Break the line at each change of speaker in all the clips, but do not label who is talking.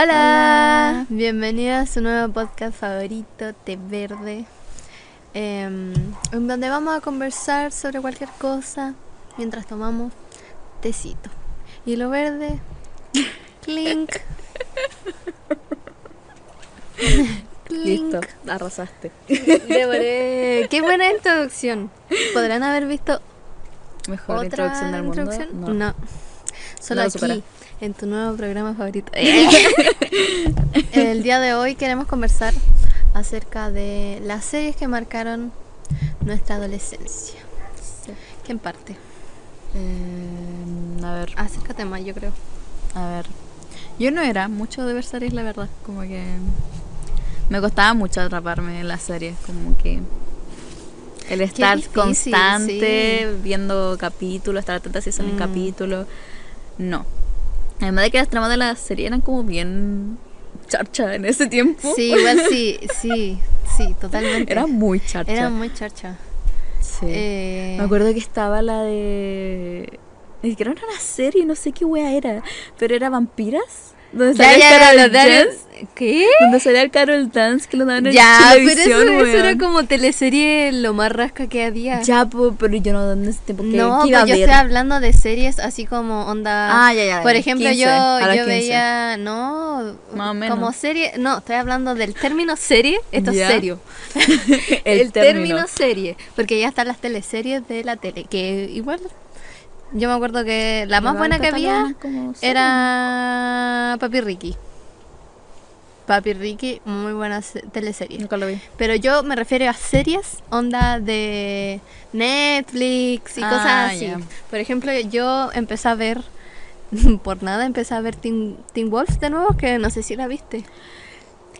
Hola. bienvenidos a su nuevo podcast favorito, Te Verde, em, en donde vamos a conversar sobre cualquier cosa mientras tomamos tecito. Y lo verde, clink. clink.
Listo, arrasaste.
Devoré. Qué buena introducción. ¿Podrán haber visto
Mejor
otra
introducción del mundo.
introducción?
No.
No. Solo
No lo supera.
aquí, en tu nuevo programa favorito. El día de hoy queremos conversar acerca de las series que marcaron nuestra adolescencia. ¿Qué en parte?
Eh, a ver,
Acércate más, yo creo.
a ver. Yo no era mucho de ver series, la verdad. Como que me costaba mucho atraparme en las series. Como que el estar
difícil,
constante viendo capítulos, estar atenta si salen
Mm.
capítulos. No. Además de que las tramas de la serie eran como bien charcha en ese tiempo.
Sí, igual sí, sí, sí, totalmente.
Era muy charcha.
Era muy charcha.
Sí.
Eh,
Me acuerdo que estaba la de. Ni siquiera era una serie, no sé qué wea era. Pero era Vampiras. Donde
ya,
salía
ya,
Carol
los Dance-
Dance.
¿Qué?
Donde salía el Carol Dance que lo daban en
Ya, pero eso,
televisión,
eso era
weón.
como teleserie lo más rasca que había.
Ya, po, pero yo no en ese tiempo que,
no,
que iba
pues
a
yo
ver.
estoy hablando de series así como onda.
Ah, ya, ya.
Por ejemplo,
15,
yo,
a los
yo
15.
veía, no,
Más o menos.
como serie, no, estoy hablando del término serie, esto
Ya.
es serio.
El, término.
serie, porque ya están las teleseries de la tele, que igual yo me acuerdo que la más buena que había era Papi Ricky. Papi Ricky, muy buena se- teleserie.
Nunca lo vi.
Pero yo me refiero a series, onda de Netflix y
Ah,
cosas así.
ya.
Por ejemplo, yo empecé a ver, por nada, empecé a ver Teen, Teen Wolf de nuevo, que no sé si la viste.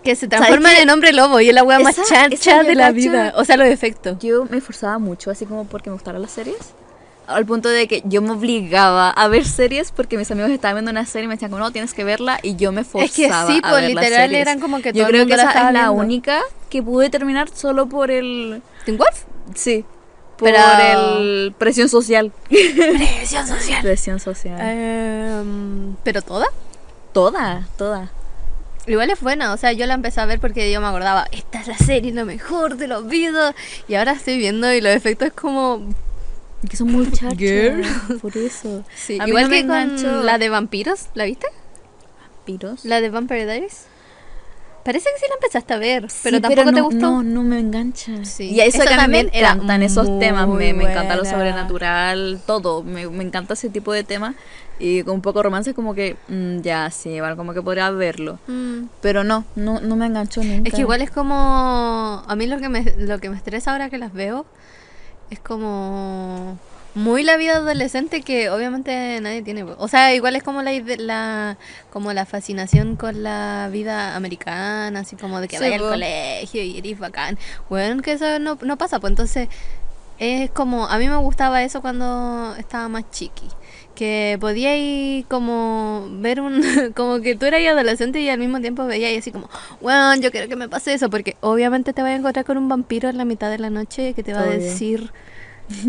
Que se transforma
qué?
en hombre lobo y es la wea más
Esa- esa
chancha
yo
de la
cacho.
vida. O sea, los efectos.
Yo me esforzaba mucho, así como porque me gustaron las series. Al punto de que yo me obligaba a ver series porque mis amigos estaban viendo una serie y me decían, como, no, tienes que verla. Y yo me forzaba.
Es que sí,
a
pues,
ver las
literal,
series.
eran como que
Yo
todo el
creo
mundo
que
la
esa
estaba
es la
viendo.
única que pude terminar solo por el.
¿Teen Wolf?
Sí. Por
Pero-
el. Presión social.
Presión social.
presión social.
Em, Pero toda.
Toda, toda.
Igual es buena, o sea, yo la empecé a ver porque yo me acordaba, esta es la serie, lo mejor de los videos. Y ahora estoy viendo y los efectos es como
Que son muy charchas.
Girl.
Por eso.
Sí,
A mí
igual
no me
que con
enganchó.
la de vampiros, ¿la viste?
Piros.
La de Vampire Diaries. Parece que sí la empezaste a ver, pero tampoco te
no-
gustó.
No, no me engancha.
Sí.
Y a eso,
Eso
también
también
me
era
encantan esos
muy
temas. Me, me encanta lo
buena.
sobrenatural, todo. Me, me encanta ese tipo de temas. Y con un poco de romance, como que mm, ya, sí, igual como que podría verlo.
Mm.
Pero no, no, no me enganchó nunca.
Es que igual es como a mí lo que me lo que me estresa ahora que las veo es como muy la vida adolescente que obviamente nadie tiene, po. o sea, igual es como la, ide- la como la fascinación con la vida americana, así como de que
Sí,
vaya
po.
al colegio y eres bacán. Bueno, que eso no, no pasa, pues entonces es como a mí me gustaba eso cuando estaba más chiqui. Que podía ir como ver un. Como que tú eras adolescente y al mismo tiempo veías y así como, bueno, yo quiero que me pase eso. Porque obviamente te vas a encontrar con un vampiro en la mitad de la noche que te va a
Obvio.
decir,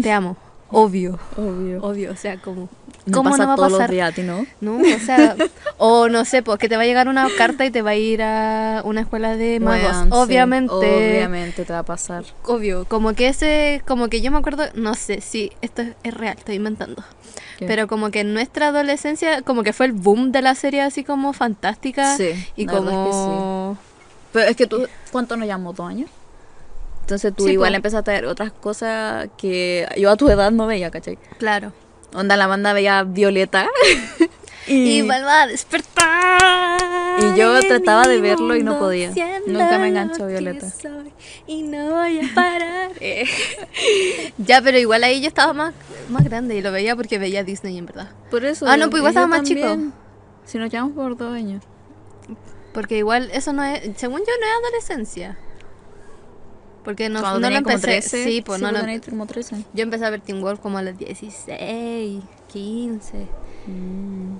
te amo. Obvio.
Obvio.
Obvio. O sea, como.
Me
¿Cómo
pasa
no va a
todos los
pasar?
días a ti, ¿no?
No, o sea. o no sé, pues que te va a llegar una carta y te va a ir a una escuela de Eh, magos.
Weón, sí,
obviamente.
obviamente te va a pasar.
Obvio, como que ese, como que yo me acuerdo, no sé si esto es, es real, estoy inventando,
¿Qué?
pero como que en nuestra adolescencia, como que fue el boom de la serie así como fantástica
Sí,
y
la verdad es que
como...
Pero es que tú, ¿cuánto nos llamó? ¿Dos años? Entonces tú
Sí,
igual
po.
empezaste a ver otras cosas que yo a tu edad no veía, ¿cachai?
Claro.
Onda, la banda veía Violeta.
Y,
y,
vuelva a despertar.
Y yo
en
trataba de
mi
verlo y no
mundo,
podía.
siendo
Nunca me enganchó
lo que
Violeta.
soy Y no voy a parar. Eh. ya, pero igual ahí yo estaba más, más grande y lo veía porque veía Disney en verdad.
por eso.
Ah, no, pues igual
y yo
estaba más chico.
también. Si nos llamamos por dos años.
Porque igual eso no es, según yo no es adolescencia. Porque no,
Cuando
no lo
tenías como
empecé.
13,
sí, pues no lo-
tenías como 13.
Yo empecé a ver Teen Wolf como a los 16, 15.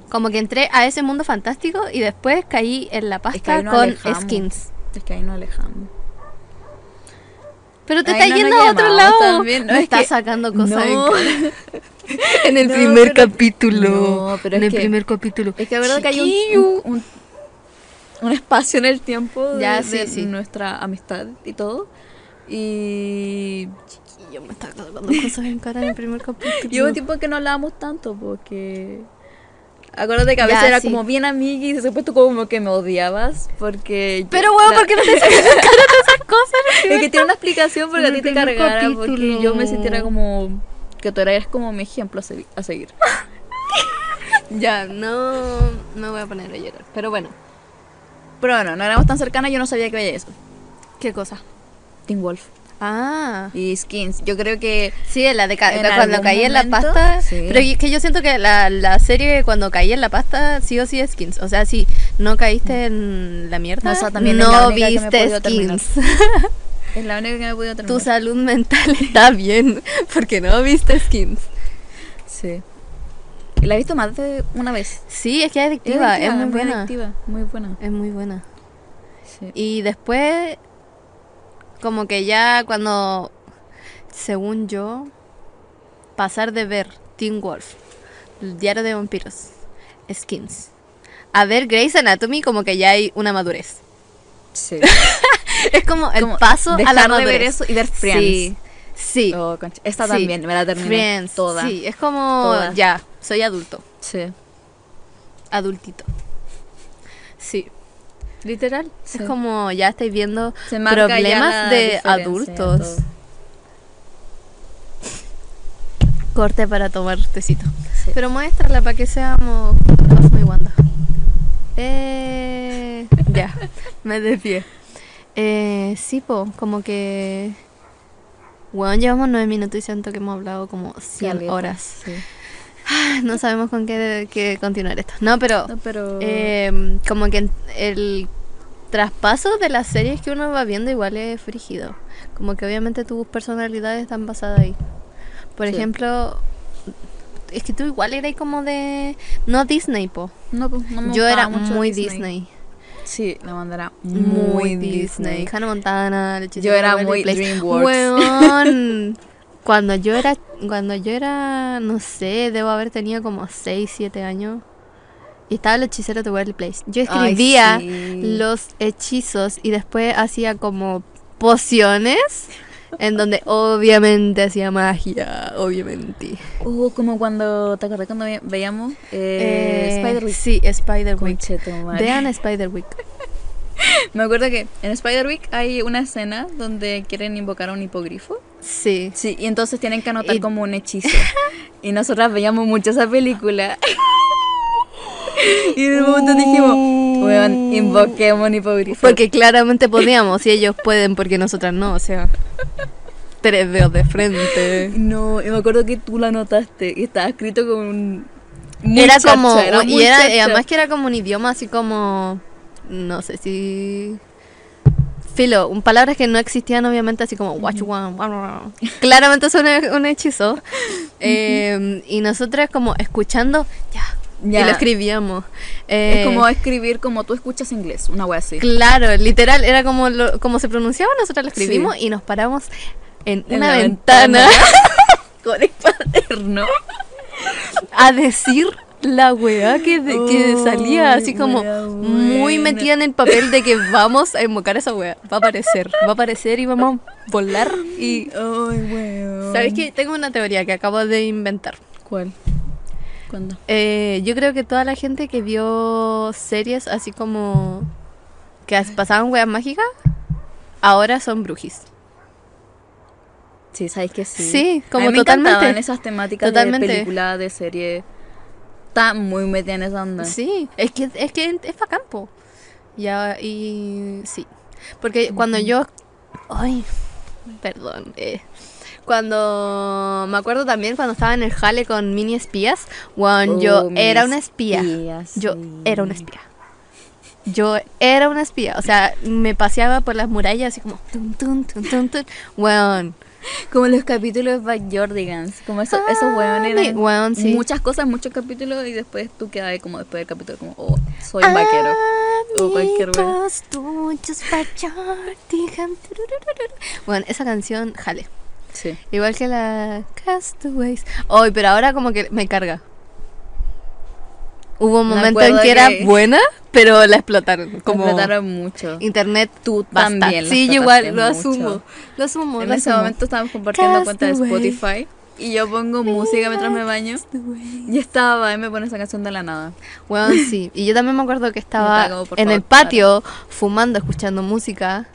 Como que entré a ese mundo fantástico y después caí en la
Es que ahí
pasta
nos
con
alejamos.
skins.
Es que ahí nos alejamos.
Pero te
Ahí
está
no nos
yendo a otro
llamamos
lado.
también, no,
Me
es
está
que-
sacando cosas en
No.
cara. en, el
No,
primer
pero-
capítulo.
No, pero
en
es
el
que-
primer capítulo.
Es que la verdad que hay un-
Chiquillo.
un, un- un espacio en el tiempo de,
Ya, sí,
de
sí.
nuestra amistad y todo. Y
Yo me estaba colocando cosas en cara en el primer capítulo.
y hubo un tiempo que no hablábamos tanto porque... Acuérdate que a
Ya,
veces era
sí.
como bien amiga y después tú como que me odiabas porque... yo-
Pero huevo,
la-
¿por qué no te sacas en cara todas esas cosas?
Es que tiene una explicación porque
En
a ti
el
te
primer
cargara, porque
capítulo.
yo me sintiera como que tú eres como mi ejemplo a, segui- a seguir.
Ya, no me voy a poner a llorar. Pero bueno,
Pero bueno, no éramos tan cercanas, yo no sabía que veía eso.
¿qué cosa?
Teen Wolf
Ah.
y Skins. Yo creo que
Sí, en la de ca-
En
cuando
algún
caí en la
momento,
pasta.
sí.
Pero es que yo siento que la, la serie cuando caí en la pasta, sí o sí es skins. O sea, si no caíste en la mierda,
Mm. O sea, también es la
no
única que me he
viste
podido terminar. Mm.
skins.
es la única que me he podido terminar.
Tu salud mental está bien porque no viste skins.
Sí. Y La he visto más de una vez.
Sí, es que es adictiva, es,
adictiva,
muy buena.
adictiva, muy buena.
Es muy buena.
Sí.
Y después, como que ya cuando, según yo, pasar de ver Teen Wolf, El Diario de Vampiros, Skins, a ver Grey's Anatomy, como que ya hay una madurez.
sí.
Es como el
Como
paso a la
dejar de
madurez.
ver eso y ver Friends.
Sí, sí.
Oh, concha. Esta
sí.
también, me la terminé
Friends,
toda.
Sí, es como
Toda.
ya, soy adulto,
Sí.
adultito. Sí,
Literal.
es como ya estáis viendo
Se marca ya la
problemas de
diferencia en
adultos.
todo.
Corte para tomar tecito.
Sí.
Pero muéstrala para que seamos Cosmo y Wanda. Eh, ya, me desvié. Eh, sí, po, como que... Bueno, llevamos nueve minutos y siento que hemos hablado como 100
Caleta,
horas.
sí.
Ah, No sabemos con qué, qué continuar esto. No, pero
No, pero
eh, como que el traspaso de las series que uno va viendo igual es frígido. Como que obviamente tus personalidades están basadas ahí. Por
Sí.
ejemplo, es que tú igual eras como de... No Disney, po.
no, pues, no me
Yo era
gustaba mucho
muy Disney.
Sí, la banda era
Muy Disney. Hannah Montana, el
Yo era muy DreamWorks.
Weón. Cuando yo era, cuando yo era, no sé, debo haber tenido como 6, 7 años. Y estaba el hechicero de Waverly Place. Yo
Ay,
escribía
sí.
los hechizos y después hacía como pociones en donde obviamente hacía magia, obviamente.
Uh, como cuando, ¿te acordás cuando ve- veíamos eh,
Eh,
Spider-Week?
Sí, Spider Week.
Conchetumare.
Vean Spider Week.
Me acuerdo que en Spider-Week hay una escena donde quieren invocar a un hipogrifo.
Sí.
Sí, y entonces tienen que anotar
Y-
como un hechizo. y nosotras veíamos mucho esa película. y en un momento dijimos, weón, invoquemos un hipogrifo.
Porque claramente podíamos y ellos pueden porque nosotras no, o sea. Tres dedos de frente.
No, y me acuerdo que tú la anotaste y estaba escrito con un... muy
era
chacha,
como.
muy
y era,
chacha.
además que era como un idioma así como. No sé si. Filo, un- palabras que no existían obviamente, así como watch one. bla, bla, bla. Claramente es un, he- un hechizo. Eh, y nosotras como escuchando, ya.
Ya.
Y lo escribíamos. Eh,
Es como escribir como tú escuchas inglés, una wea así.
Claro, literal, era como lo- como se pronunciaba, nosotros lo escribimos
Sí.
y nos paramos en,
En
una
la
ventana,
Con el cuaderno.
a decir la weá que, de- que
Ay,
salía, así como
weá
muy
buena.
metida en el papel de que vamos a invocar a esa weá. Va a aparecer, va a aparecer y vamos a volar. Y
Ay, weón.
sabes que tengo una teoría que acabo de inventar.
¿Cuál? ¿Cuándo?
Eh, yo creo que toda la gente que vio series así como que as- pasaban weas mágicas, ahora son brujis.
Sí, sabes que sí.
Sí, como
a mí me
totalmente.
encantaban esas temáticas
Totalmente.
de película, de serie. Está muy metida en esa onda.
Sí, es que es que es para campo. Ya y sí. Porque cuando yo ay, perdón. eh, cuando me acuerdo también cuando estaba en el jale con mini espías, weón,
Oh,
yo
mini
era una espía.
espías,
Yo
sí.
era una espía. Yo era una espía, o sea, me paseaba por las murallas así como tun tun tun tun tun. Weón,
Como los capítulos de Jordigans. Como eso, esos
Ah,
weones
mi-
eran
weón, sí.
muchas cosas, muchos capítulos. Y después tú quedabas ahí como después del capítulo, como, oh, soy un vaquero.
Ah,
O cualquier wea.
Amigos tuyos pa' Jordigan, tururururu. Bueno, esa canción, jale.
Sí.
Igual que la Castaways. Hoy, pero ahora como que me carga. Hubo un
Me
momento en
acuerdo
que era
que-
buena, pero la explotaron. Como
Explotaron mucho.
internet
tú
basta.
también. la
Sí, yo
explotaste
igual lo
mucho.
asumo. Lo asumo,
En
lo
ese
asumo.
momento estábamos compartiendo cuenta de
Castaway.
Spotify y yo pongo música mientras me baño y estaba y me pone esa canción de la nada.
Weón, sí. Y yo también me acuerdo que estaba
Estaba como, por
en el
favor,
patio fumando, escuchando música.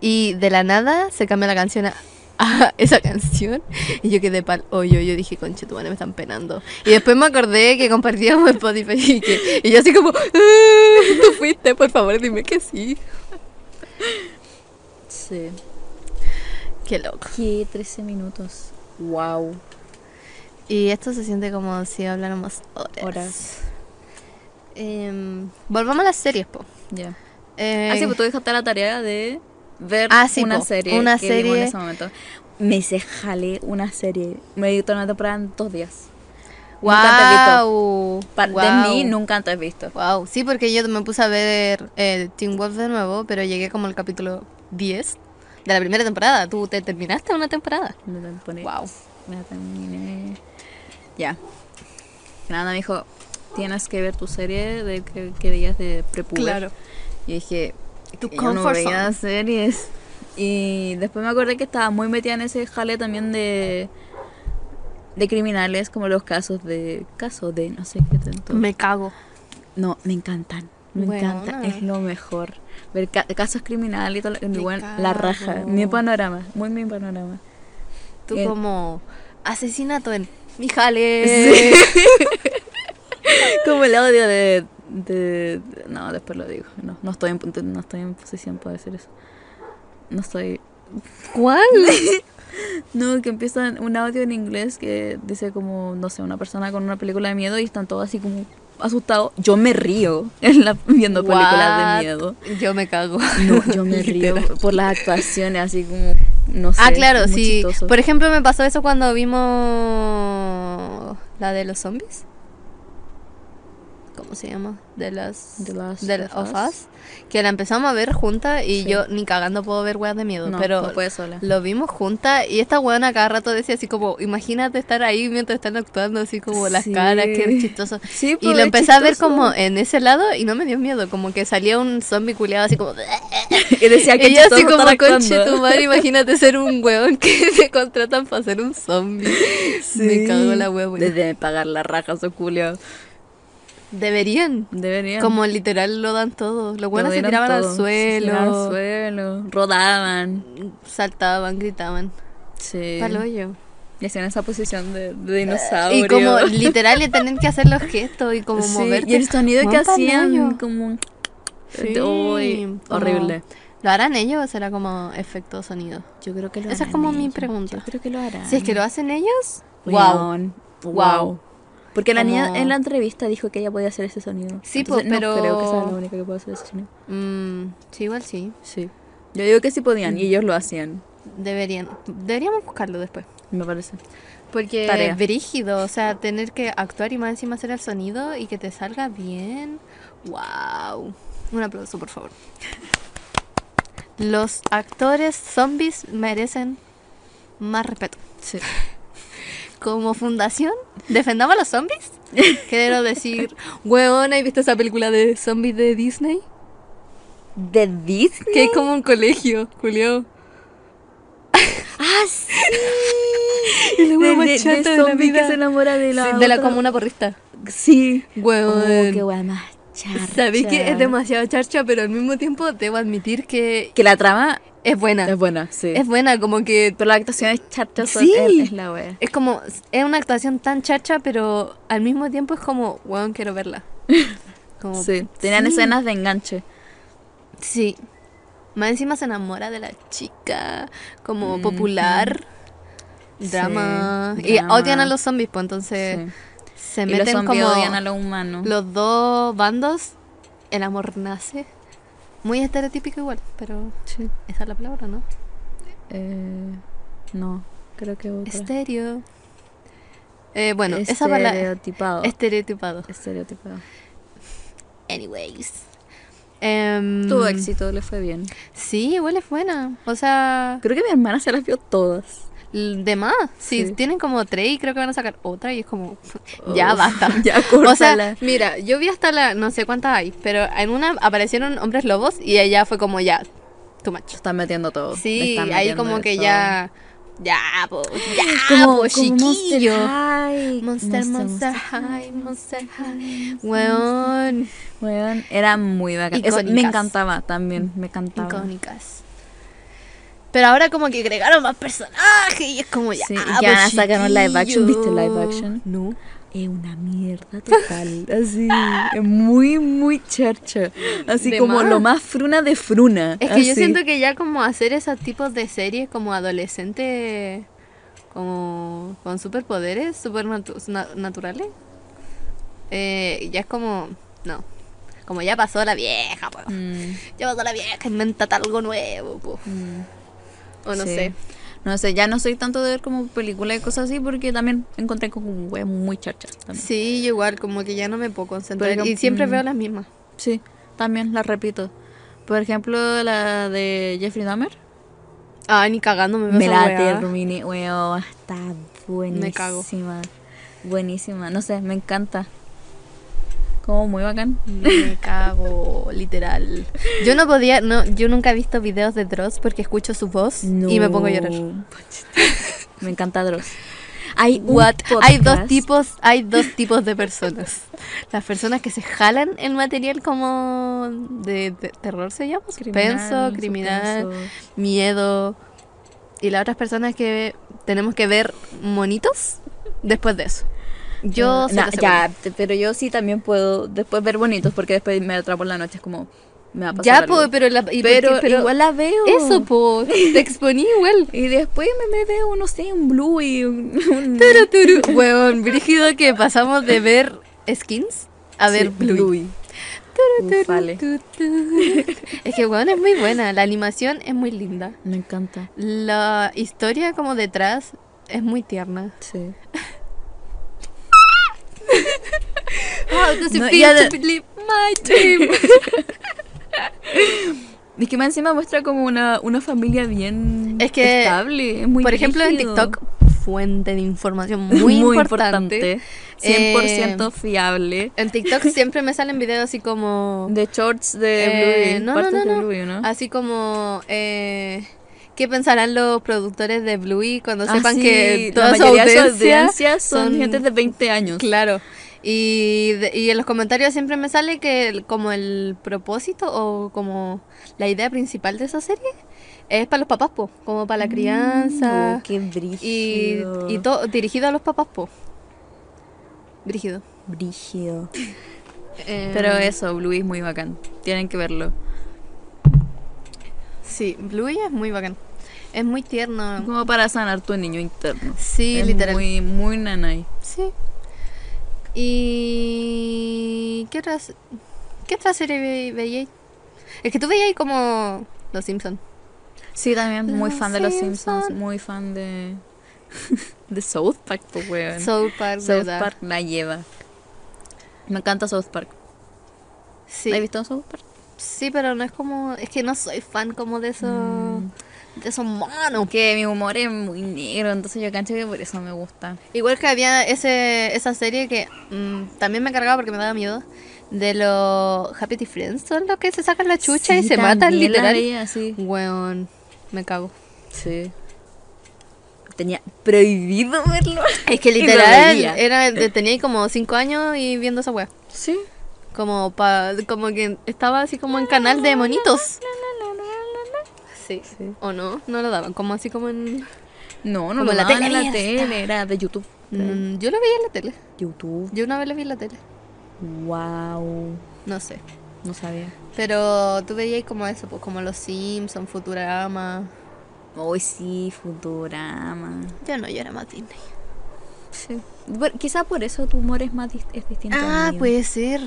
Y de la nada se cambia la canción a, a esa canción. Y yo quedé pal hoyo. Yo dije, conche, tu madre, me están penando. Y después me acordé que compartíamos Spotify. Y, que- y yo así como, "Ah, tú fuiste, por favor, dime que sí.
Sí.
Qué loco.
¿Qué? 13 minutos. Wow.
Y esto se siente como si habláramos horas.
Horas.
Em, volvamos a las series, po.
Ya.
Eh,
Ah, sí, pues tú dejaste la tarea de ver
Ah, sí,
una
po,
serie.
una
que vimos en
serie.
ese momento. Me hice jale una serie. Me di toda una temporada en dos días. Nunca antes visto.
guau,
Pa-
guau.
De mí nunca antes visto.
Wow, sí, porque yo me puse a ver eh, Teen Wolf de nuevo, pero llegué como al capítulo 10 de la primera temporada. Tú te terminaste una temporada.
Me la pone-
Wow.
Me la terminé. Ya. Nada, me dijo, tienes que ver tu serie de que, que veías de prepuber.
Claro.
Y dije,
Tu
yo no
comfort
veía
zone.
series. Y después me acordé que estaba muy metida en ese jale también de de criminales, como los casos de caso de no sé qué tanto.
Me cago.
No, me encantan. Me
Weona.
encanta, es lo mejor. Ver ca- casos criminales y todo, lo-
Me
weón, la raja, mi
cago.
panorama, muy mi panorama.
Tú
El-
como asesinato en Mijales.
Como el audio de, de- No, después lo digo. No, no, estoy en, punto- no estoy en posición para decir eso. No estoy...
¿Cuál?
No, que empieza un audio en inglés que dice como, no sé, una persona con una película de miedo y están todos así como asustados. Yo me río en la- viendo películas
What?
de miedo.
Yo me cago.
No, yo me río por las actuaciones, así como, no sé.
ah, claro,
es muy
sí.
chistoso.
Por ejemplo, me pasó eso cuando vimos la de los zombies. ¿Cómo se llama? De las
The Last
de
of
of
Us.
Us, Que la empezamos a ver juntas y
Sí.
yo ni cagando puedo ver weas de miedo.
No,
pero
no puede sola.
lo vimos juntas y esta weona cada rato decía así como, imagínate estar ahí mientras están actuando así como las
Sí.
caras, qué chistoso.
Sí,
y
pues,
lo
es
empecé a ver
chistoso.
como en ese lado y no me dio miedo, como que salía un zombie culeado así como...
Y decía que
Y yo así
chistoso
como
estar
conche
actuando".
tu madre, imagínate ser un weón que te contratan para ser un zombie. Me cago en la huevo.
Desde pagar la raja, so culio.
Deberían.
Deberían.
Como literal lo dan todo. Los
Lo
weones se
dieron
tiraban
todo.
al
Se tiraban al
suelo,
suelo. Rodaban.
saltaban, gritaban.
Sí. Eh,
Pa'l hoyo.
Y hacían esa posición de, de dinosaurio.
Y como literal le tienen que hacer los gestos y como
Sí,
moverte.
Y el sonido que
Weón, pa'l hoyo.
hacían, como. un-
Sí,
Uy,
como-
horrible.
¿Lo harán ellos o será como efecto sonido?
Yo creo que lo
Esa es
harán
como mi
ellos.
pregunta.
Yo creo que lo harán.
Si es que lo hacen ellos, wow.
Weón, Wow.
Wow.
Porque la niña
Como-
en la entrevista dijo que ella podía hacer ese sonido.
Sí,
Entonces,
pues, pero-
No creo que sea la única que pueda hacer ese sonido.
Mm, sí, igual sí.
Sí. Yo digo que sí podían y ellos lo hacían.
Deberían, deberíamos buscarlo después.
Me parece.
Porque
Tarea.
es brígido, o sea, tener que actuar y más encima hacer el sonido y que te salga bien. ¡Wow! Un aplauso, por favor. Los actores zombies merecen más respeto.
Sí.
Como fundación, defendamos a los zombies. Quiero decir, weón, ¿has visto esa película de zombies de Disney?
¿De Disney?
Que es como un colegio, Julio.
¡Ah, sí!
Y la
de,
wea
de-
más
de
chata de la
zombie que
vida.
se enamora de la
Sí, de la
otra-
comuna porrista.
Sí.
Weón.
Oh, qué guay más charcha.
Sabéis que es demasiado charcha, pero al mismo tiempo debo admitir que
Que la trama
es buena.
es buena, sí.
Es buena, como que
Pero la actuación es charcha. son-
Sí.
Es, es la wea.
es como es una actuación tan charcha, pero al mismo tiempo es como, weón, quiero verla. Como-
Sí. Tenían
sí,
escenas de enganche.
Sí. Más encima se enamora de la chica, como popular.
Sí,
Drama. y
drama.
odian a los zombies, pues entonces
Sí.
se
y los
meten
zombies
como
odian a los humanos.
los dos bandos. El amor nace. Muy estereotípico igual, pero
Sí.
esa es la palabra, ¿no?
Eh, no, creo que otra.
Estéreo. Eh, bueno, esa palabra.
Estereotipado.
Estereotipado.
Estereotipado.
Anyways. Em,
Tuvo éxito, le fue bien.
Sí, igual es buena. O sea,
Creo que mi hermana se las vio todas.
l- de más. Si
Sí.
tienen como tres y creo que van a sacar otra y es como,
Oh,
ya basta.
ya,
o sea,
córtala.
mira, yo vi hasta la, no sé cuántas hay, pero en una aparecieron hombres lobos y allá fue como ya, too much.
Están metiendo todo. le
Sí,
están
ahí
metiendo
como que
eso.
ya, ya, po, ya, po,
Como, como
Ah, pues, chiquillo.
Monster High.
Monster, Monster High, Monster High. Weón.
Weón, era muy bacán. Eso me
Icónicas.
encantaba también, me encantaba.
Icónicas. Pero ahora como que agregaron más personajes y es como ya.
Sí,
ah,
ya
pues,
sacan un live action, ¿viste el live
chiquillo.
action?
No.
Es Eh, una mierda total. Así, es muy, muy charcha. Así
De
como
más.
lo más fruna de fruna.
Es que yo
así.
siento que ya como hacer esos tipos de series como adolescente como con superpoderes, supernaturales, eh, ya es como, no, como ya pasó la vieja, po.
Mm,
ya pasó la vieja, inventate algo nuevo, po.
mm,
o no
sí.
sé.
No sé, ya no soy tanto de ver como películas y cosas así porque también encontré como un wea muy charcha. También.
Sí, yo igual, como que ya no me puedo concentrar.
Pero-
y siempre
mm.
veo las mismas.
Sí, también la repito. Por ejemplo, la de Jeffrey Dahmer.
Ay, Ah, ni cagando me veo
Me
esa
la
weá.
terminé, weón, está buenísima.
Me cago.
Buenísima, no sé, me encanta. Como muy bacán.
Me cago, literal. Yo no podía, no, yo nunca he visto videos de Dross porque escucho su voz y me pongo a llorar.
No. Me encanta Dross. Hay un
What? Hay dos
podcast-
tipos, hay dos tipos de personas. Las personas que se jalan el material como de, de terror se llama,
Criminal,
suspenso, criminal,
suspenso.
miedo. Y las otras personas que tenemos que ver monitos después de eso. Yo
Eh,
soy
nah,
la segunda.
ya, te- pero yo sí también puedo después ver bonitos porque después me atrapo en la noche, es como me va a pasar
Ya,
algo.
po, pero, la, y
pero,
porque- pero
igual la veo.
Eso, po, te exponí igual.
Y después me, me veo, no sé, un blue y un, un-
Turu, turu. Huevón, brígido que pasamos de ver skins a ver
sí,
Bluey. Turu, turu,
Ufale.
tu, tu. Es que, huevón, es muy buena. La animación es muy linda.
Me encanta.
La historia como detrás es muy tierna.
Sí.
No, Ah,
No,
y
ya
ade-
de- Es que más encima muestra como una, una familia bien
Es que,
estable. es muy
Por ejemplo, en
brígido.
TikTok, fuente de información muy, importante. eh,
100% fiable.
En TikTok siempre me salen videos así como...
De shorts de
Eh,
Bluey.
no, no,
partes
no, Ah,
de
no.
Bluey, ¿no?
Así como, eh, ¿qué pensarán los productores de Bluey cuando
Ah,
sepan
sí,
que
la
toda su
mayoría de
audiencia,
su audiencia son, gente de 20 años.
Claro. Y, de- y en los comentarios siempre me sale que el- como el propósito o como la idea principal de esa serie es para los papás, po, como
Mm,
para la crianza.
Oh, qué
y
brígido.
y todo dirigido a los papás, po. Brígido.
Brígido.
Eh,
Pero eso, Bluey es muy bacán. Tienen que verlo.
Sí, Bluey es muy bacán. Es muy tierno.
Como para sanar tu niño interno.
Sí,
Es
literal.
Muy, muy nanay.
Sí. ¿Y qué otra, qué otra serie ve- veíais? Es que tú veíais como Los Simpsons.
Sí, también muy
Los
fan de los Simpsons.
Simpsons.
Muy fan de. de South Park, pues, weón.
South Park,
South
¿verdad?
Park la lleva. Me encanta South Park.
Sí.
¿Has visto South Park?
sí, pero no es como... Es que no soy fan como de esos...
Mm.
De esos monos.
Que mi humor es muy negro, entonces yo cancho que por eso me gusta.
Igual que había ese, esa serie que mm, también me cargaba porque me daba miedo. De los Happy Tea Friends. Son los que se sacan la chucha y
Sí,
se matan
también la
literal.
veía, sí.
Weón, me cago.
Sí. Tenía prohibido verlo.
Es que
Y lo
literal
veía.
era, de- tenía ahí como 5 años y viendo esa wea.
Sí.
Como pa, como que estaba así como en canal de monitos. Sí.
Sí.
O no, no lo daban, como así como en
No, no
Como
lo
la
la
tele
en la
abierta.
tele, era de YouTube.
Mm, yo lo veía en la tele.
YouTube.
Yo una vez lo vi en la tele.
Wow.
No sé.
No sabía.
Pero tú veías como eso, pues como los Simpsons, Futurama.
Hoy sí, Futurama.
Yo no, yo era más Disney.
Sí. Por- quizá por eso tu humor es más dis- es distinto. al
Ah,
mío.
puede ser.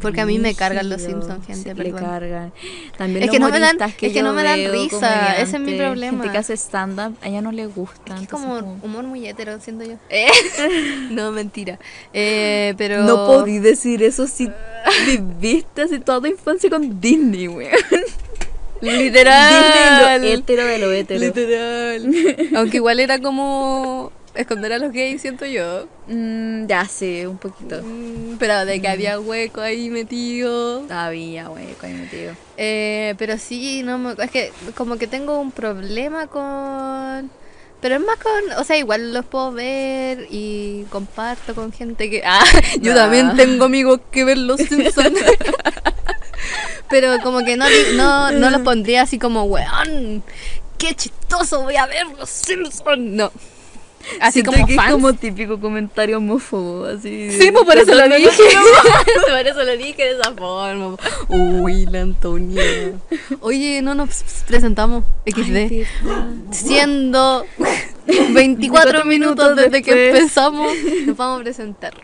Porque a mí me cargan los
Brígido.
Simpsons, gente,
Sí,
perdón.
Le cargan. También
Es
los
que no me dan-
humoristas
es que
yo
no me dan
veo,
risa, ese es mi
comediantes,
problema.
Gente que hace stand-up, a ella no le gusta.
Es que
entonces
como
como-
humor muy hetero, siento yo. no, mentira. Eh, pero.
No podí decir eso si viviste así toda tu infancia con Disney, weón.
Literal.
Disney lo hétero de lo hétero.
Literal. Aunque igual era como esconder a los gays, siento yo.
Mm, ya sé, un poquito.
Mm, Pero de que había hueco ahí metido.
Todavía, güey, con mi metido.
Eh, pero sí, no me- es que como que tengo un problema con... Pero es más con... O sea, igual los puedo ver y comparto con gente que... Ah, yo
Ah.
también tengo amigos que ver los Simpsons. pero como que no, di- no, no los pondría así como, weón, qué chistoso voy a ver los Simpsons. No. Así
Siento
como
que
fans.
es como típico comentario homófobo, así.
Sí, pues por eso lo
Perdón,
dije. por eso lo dije de esa forma. Uy, la Antonia. Oye, no nos presentamos. XD.
Ay, perdón.
Siendo 24,
24
minutos desde que
después.
empezamos, nos vamos a presentar.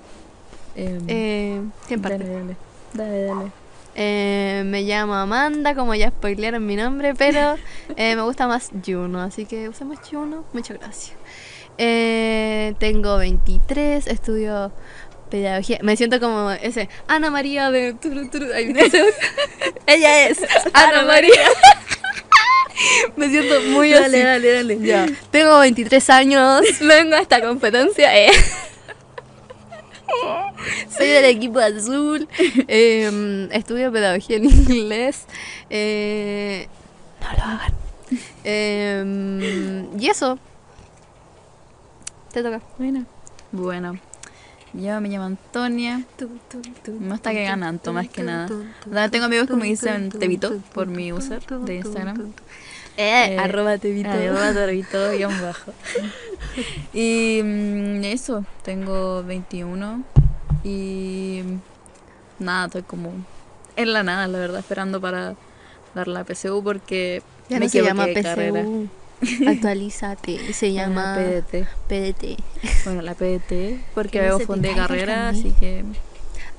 Em,
Eh, ¿Quién
dale,
parte?
dale. Dale, dale.
Eh, me llamo Amanda, como ya spoilearon mi nombre, pero eh, me gusta más Juno, así que usemos Juno. Muchas gracias. Eh, tengo 23, estudio pedagogía. Me siento como ese Ana María de. turu, turu. Ay, ¿viste ese? Ella es Ana María. me siento muy así.
dale, dale, dale.
Ya. Tengo 23 años, vengo a esta competencia. eh. Soy del equipo azul, eh, estudio pedagogía en inglés. eh, no lo hagan. Eh, y eso. Te toca.
Bueno. Bueno. Yo me llamo Antonia. Me gusta que ganan, tú, más que nada. También tengo amigos que me dicen Tevito por mi user de Instagram.
Eh,
Eh,
arroba Tevito.
Arroba Tevito, guión bajo. Y mm, eso, tengo 21 y mm, nada, estoy como en la nada, la verdad, esperando para dar la PSU porque
Ya
me
no se
equivoqué
llama
de carrera. Ah,
PCU. Actualízate. Se
Era
llama
PDT.
PDT.
Bueno, la PDT,
Que
porque
no
veo
se te
fundé
caiga el
carrera,
carnet.
así que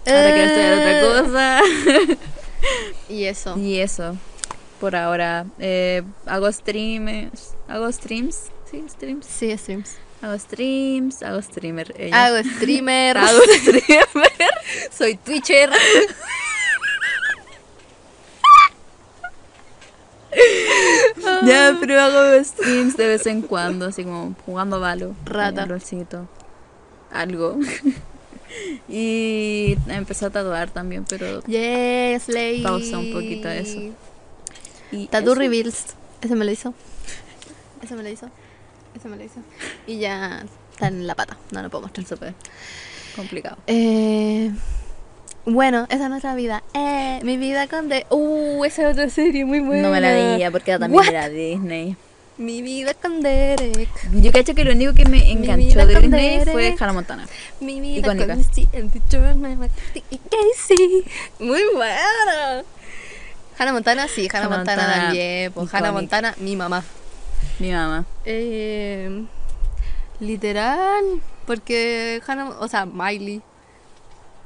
ahora quiero estudiar otra
Eh, Y eso.
cosa. Y eso, por ahora, eh, hago streams, hago streams, sí, streams,
Sí, streams.
hago streams, hago streamer. ella.
Hago streamer.
Hago streamer.
Soy Twitcher.
ya, pero hago streams de vez en cuando, así como jugando Valo.
Rata.
eh, Rolcito. Algo. y empecé a tatuar también, pero.
Yes, Slay.
Pausa un poquito eso. y
Tattoo
eso.
Reveals. Ese me lo hizo. Ese me lo hizo. Ese me lo hizo. Y ya está en la pata. No lo puedo mostrar.
Súper complicado.
Eh, bueno, esa es nuestra vida. Eh, mi vida con de. Uh, esa es otra serie muy buena.
No me la veía porque también
What?
era Disney.
Mi vida con Derek.
Yo cacho que lo único que me enganchó
vida
de
con
Disney fue
Derek.
Hannah Montana.
Mi vida
Icónica.
con Steve and Teacher, my Marty y Casey. Muy bueno. Hannah Montana, sí, Hannah,
Hannah
Montana,
Montana,
también. pues, Hannah
icónica.
Montana, mi mamá.
Mi mamá.
Eh, literal, porque Hannah, o sea, Miley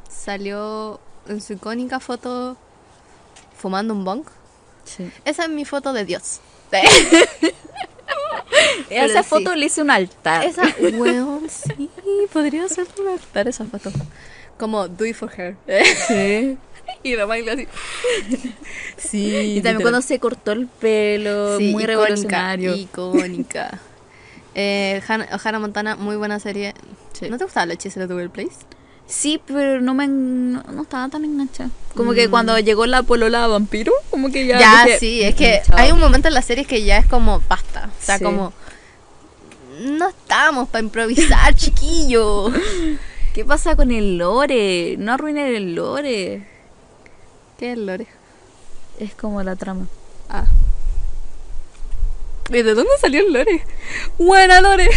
salió en su icónica foto fumando un bong.
Sí.
Esa es mi foto de Dios.
A
Pero
esa
sí.
foto le hice un altar.
Esa, weón, sí, podría ser un altar esa foto. Como do it for her.
Sí.
Y la Miley así. Sí.
Y también cuando se cortó el pelo,
Sí,
muy
icónica,
revolucionario.
Icónica. Eh, Hannah, Hannah Montana, muy buena serie.
Sí.
¿No te gustaba la hechicera de Will Place?
Sí, pero no me en- no, no estaba tan enganchada. Como que cuando llegó la polola vampiro, como que Mm. ya.
Ya,
dije,
sí, es que
"Mm, chao".
hay un momento en las series que ya es como basta. O sea,
Sí.
como. No estamos para improvisar, chiquillo.
¿Qué pasa con el lore? No arruinen el lore.
¿Qué es Lore?
Es como la trama.
Ah. ¿De dónde salió el Lore? Buena Lore.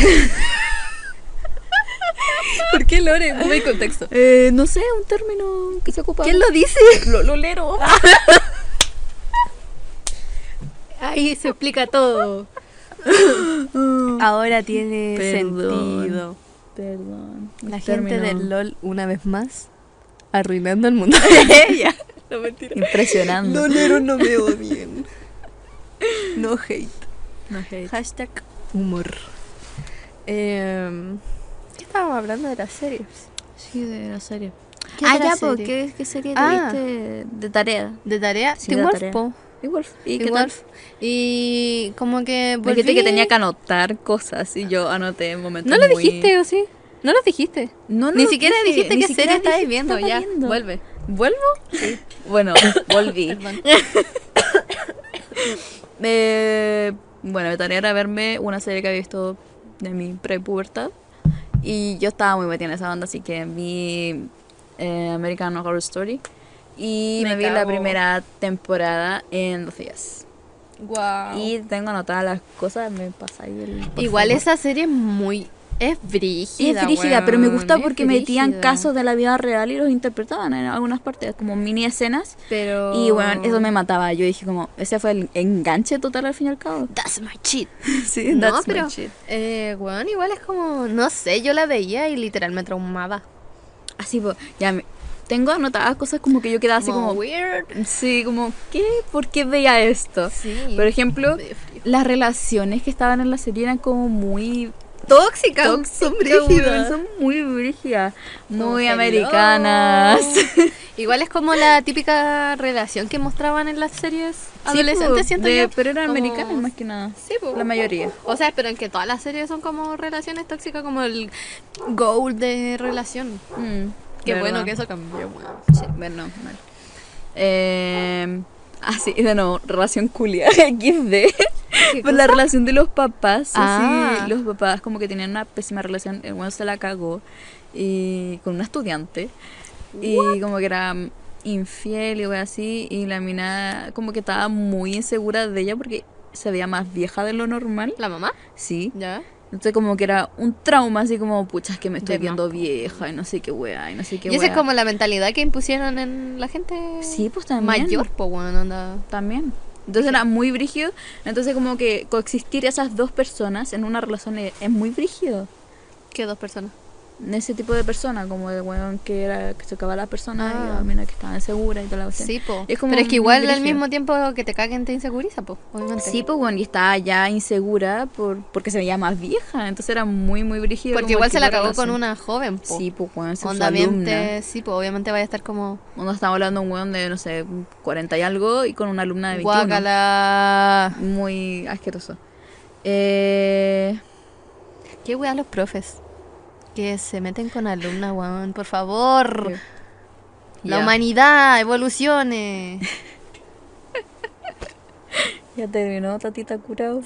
¿Por qué Lore? No hay contexto.
Eh, no sé, un término que se ocupa.
¿Quién lo dice?
Lo, Ah. lolero.
Ahí se explica todo. Ahora tiene
Perdón.
sentido.
Perdón.
La
un
gente
término
del LOL, una vez más, arruinando el mundo de ella. No mentira.
Impresionando.
Lolero no me odien. No hate.
No hate.
Hashtag humor. Em, ¿Qué estábamos hablando de las series?
Sí, de la serie.
¿Qué
ah,
otra
ya, po,
serie?
¿qué, ¿qué serie
Ah.
tuviste de tarea?
De tarea,
Sí,
Teen
de
Wolf,
tarea.
po.
Igual. ¿Y qué
Igual.
tal?
Y como que
Me dijiste que
volví-
tenía que anotar cosas y yo anoté en momentos
¿No lo
muy-
dijiste o sí? ¿No lo dijiste?
No, no
Ni
lo
siquiera
dije,
dijiste
ni
qué
siquiera
serie estabas
dije qué
viendo,
estaba
ya,
viendo.
vuelve.
¿Vuelvo? Bueno, volví. Eh, bueno, mi tarea era verme una serie que había visto de mi prepubertad. Y yo estaba muy metida en esa banda, así que vi eh, American Horror Story. Y me,
Me
vi la
cago.
primera temporada en dos días.
Wow.
Y tengo anotadas las cosas, me pasa ahí el. por
Igual
favor.
esa serie es muy... Es
Y
brígida,
es frígida, pero me
weón,
gusta
es
porque metían
brígida.
casos de la vida real y los interpretaban en algunas partes, como mini escenas.
Pero...
Y bueno, eso me mataba. Yo dije como, ese fue el enganche total al fin y al cabo.
That's my shit.
Sí,
no, pero... Eh, weón, igual es como... No sé, yo la veía y literal me traumaba.
Así, pues, ya me- tengo anotadas cosas como que yo quedaba así como,
weird.
sí, como, ¿qué? ¿Por qué veía esto?
Sí.
Por ejemplo,
Medio frío.
las relaciones que estaban en la serie eran como muy
Tóxica.
tóxicas,
Son brígidas.
weón, son muy brígidas,
Como,
muy
hello.
americanas.
Igual es como la típica relación que mostraban en las series adolescentes,
pues,
siento
de-
yo.
Pero eran
como-
americanas más que nada.
Sí, pues.
La mayoría.
O sea, pero en que todas las series son como relaciones tóxicas, como el goal de relación.
Mm,
Qué
verdad.
bueno que eso cambió, weón.
Sí, bueno, mal. Eh, ah, sí, de nuevo, relación culia. XD. Por Pues la relación de los papás.
Ah.
Así, los papás como que tenían una pésima relación. El bueno se la cagó y, con una estudiante. Y como que era infiel y wea así. Y la mina como que estaba muy insegura de ella porque se veía más vieja de lo normal.
¿La mamá?
Sí.
Ya.
Entonces como que era un trauma así como, pucha, es que me estoy
De más,
viendo vieja y no sé qué wea y no sé qué
y esa
wea.
es como la mentalidad que impusieron en la gente
Sí, pues también.
mayor, pues, weón, anda.
También. Entonces era muy brígido. Entonces como que coexistir esas dos personas en una relación e-, es, es muy brígido.
Que dos personas.
Ese tipo de persona, como el weón que era que se acaba la persona y
Ah.
la mina que estaba insegura y toda la cuestión.
Sí, po.
Es como
pero es que
muy
igual al
brígido.
mismo tiempo que te caguen te inseguriza, po. Obviamente.
Sí, pues bueno, y estaba ya insegura por, porque se veía más vieja. Entonces era muy, muy brígido.
Porque
como
igual
el
se la
tipo de
cagó con
relación.
una joven, po.
Sí, pues bueno, su
Onda,
alumna.
obviamente, sí, pues obviamente vaya a estar como
Cuando estaba hablando de un weón de, no sé, 40 y algo y con una alumna de 21.
guácala.
Muy asqueroso. Eh...
Qué weá los profes. Que se meten con alumna, weón. Por favor. La
ya.
humanidad, evolucione.
Ya terminó, tatita curado.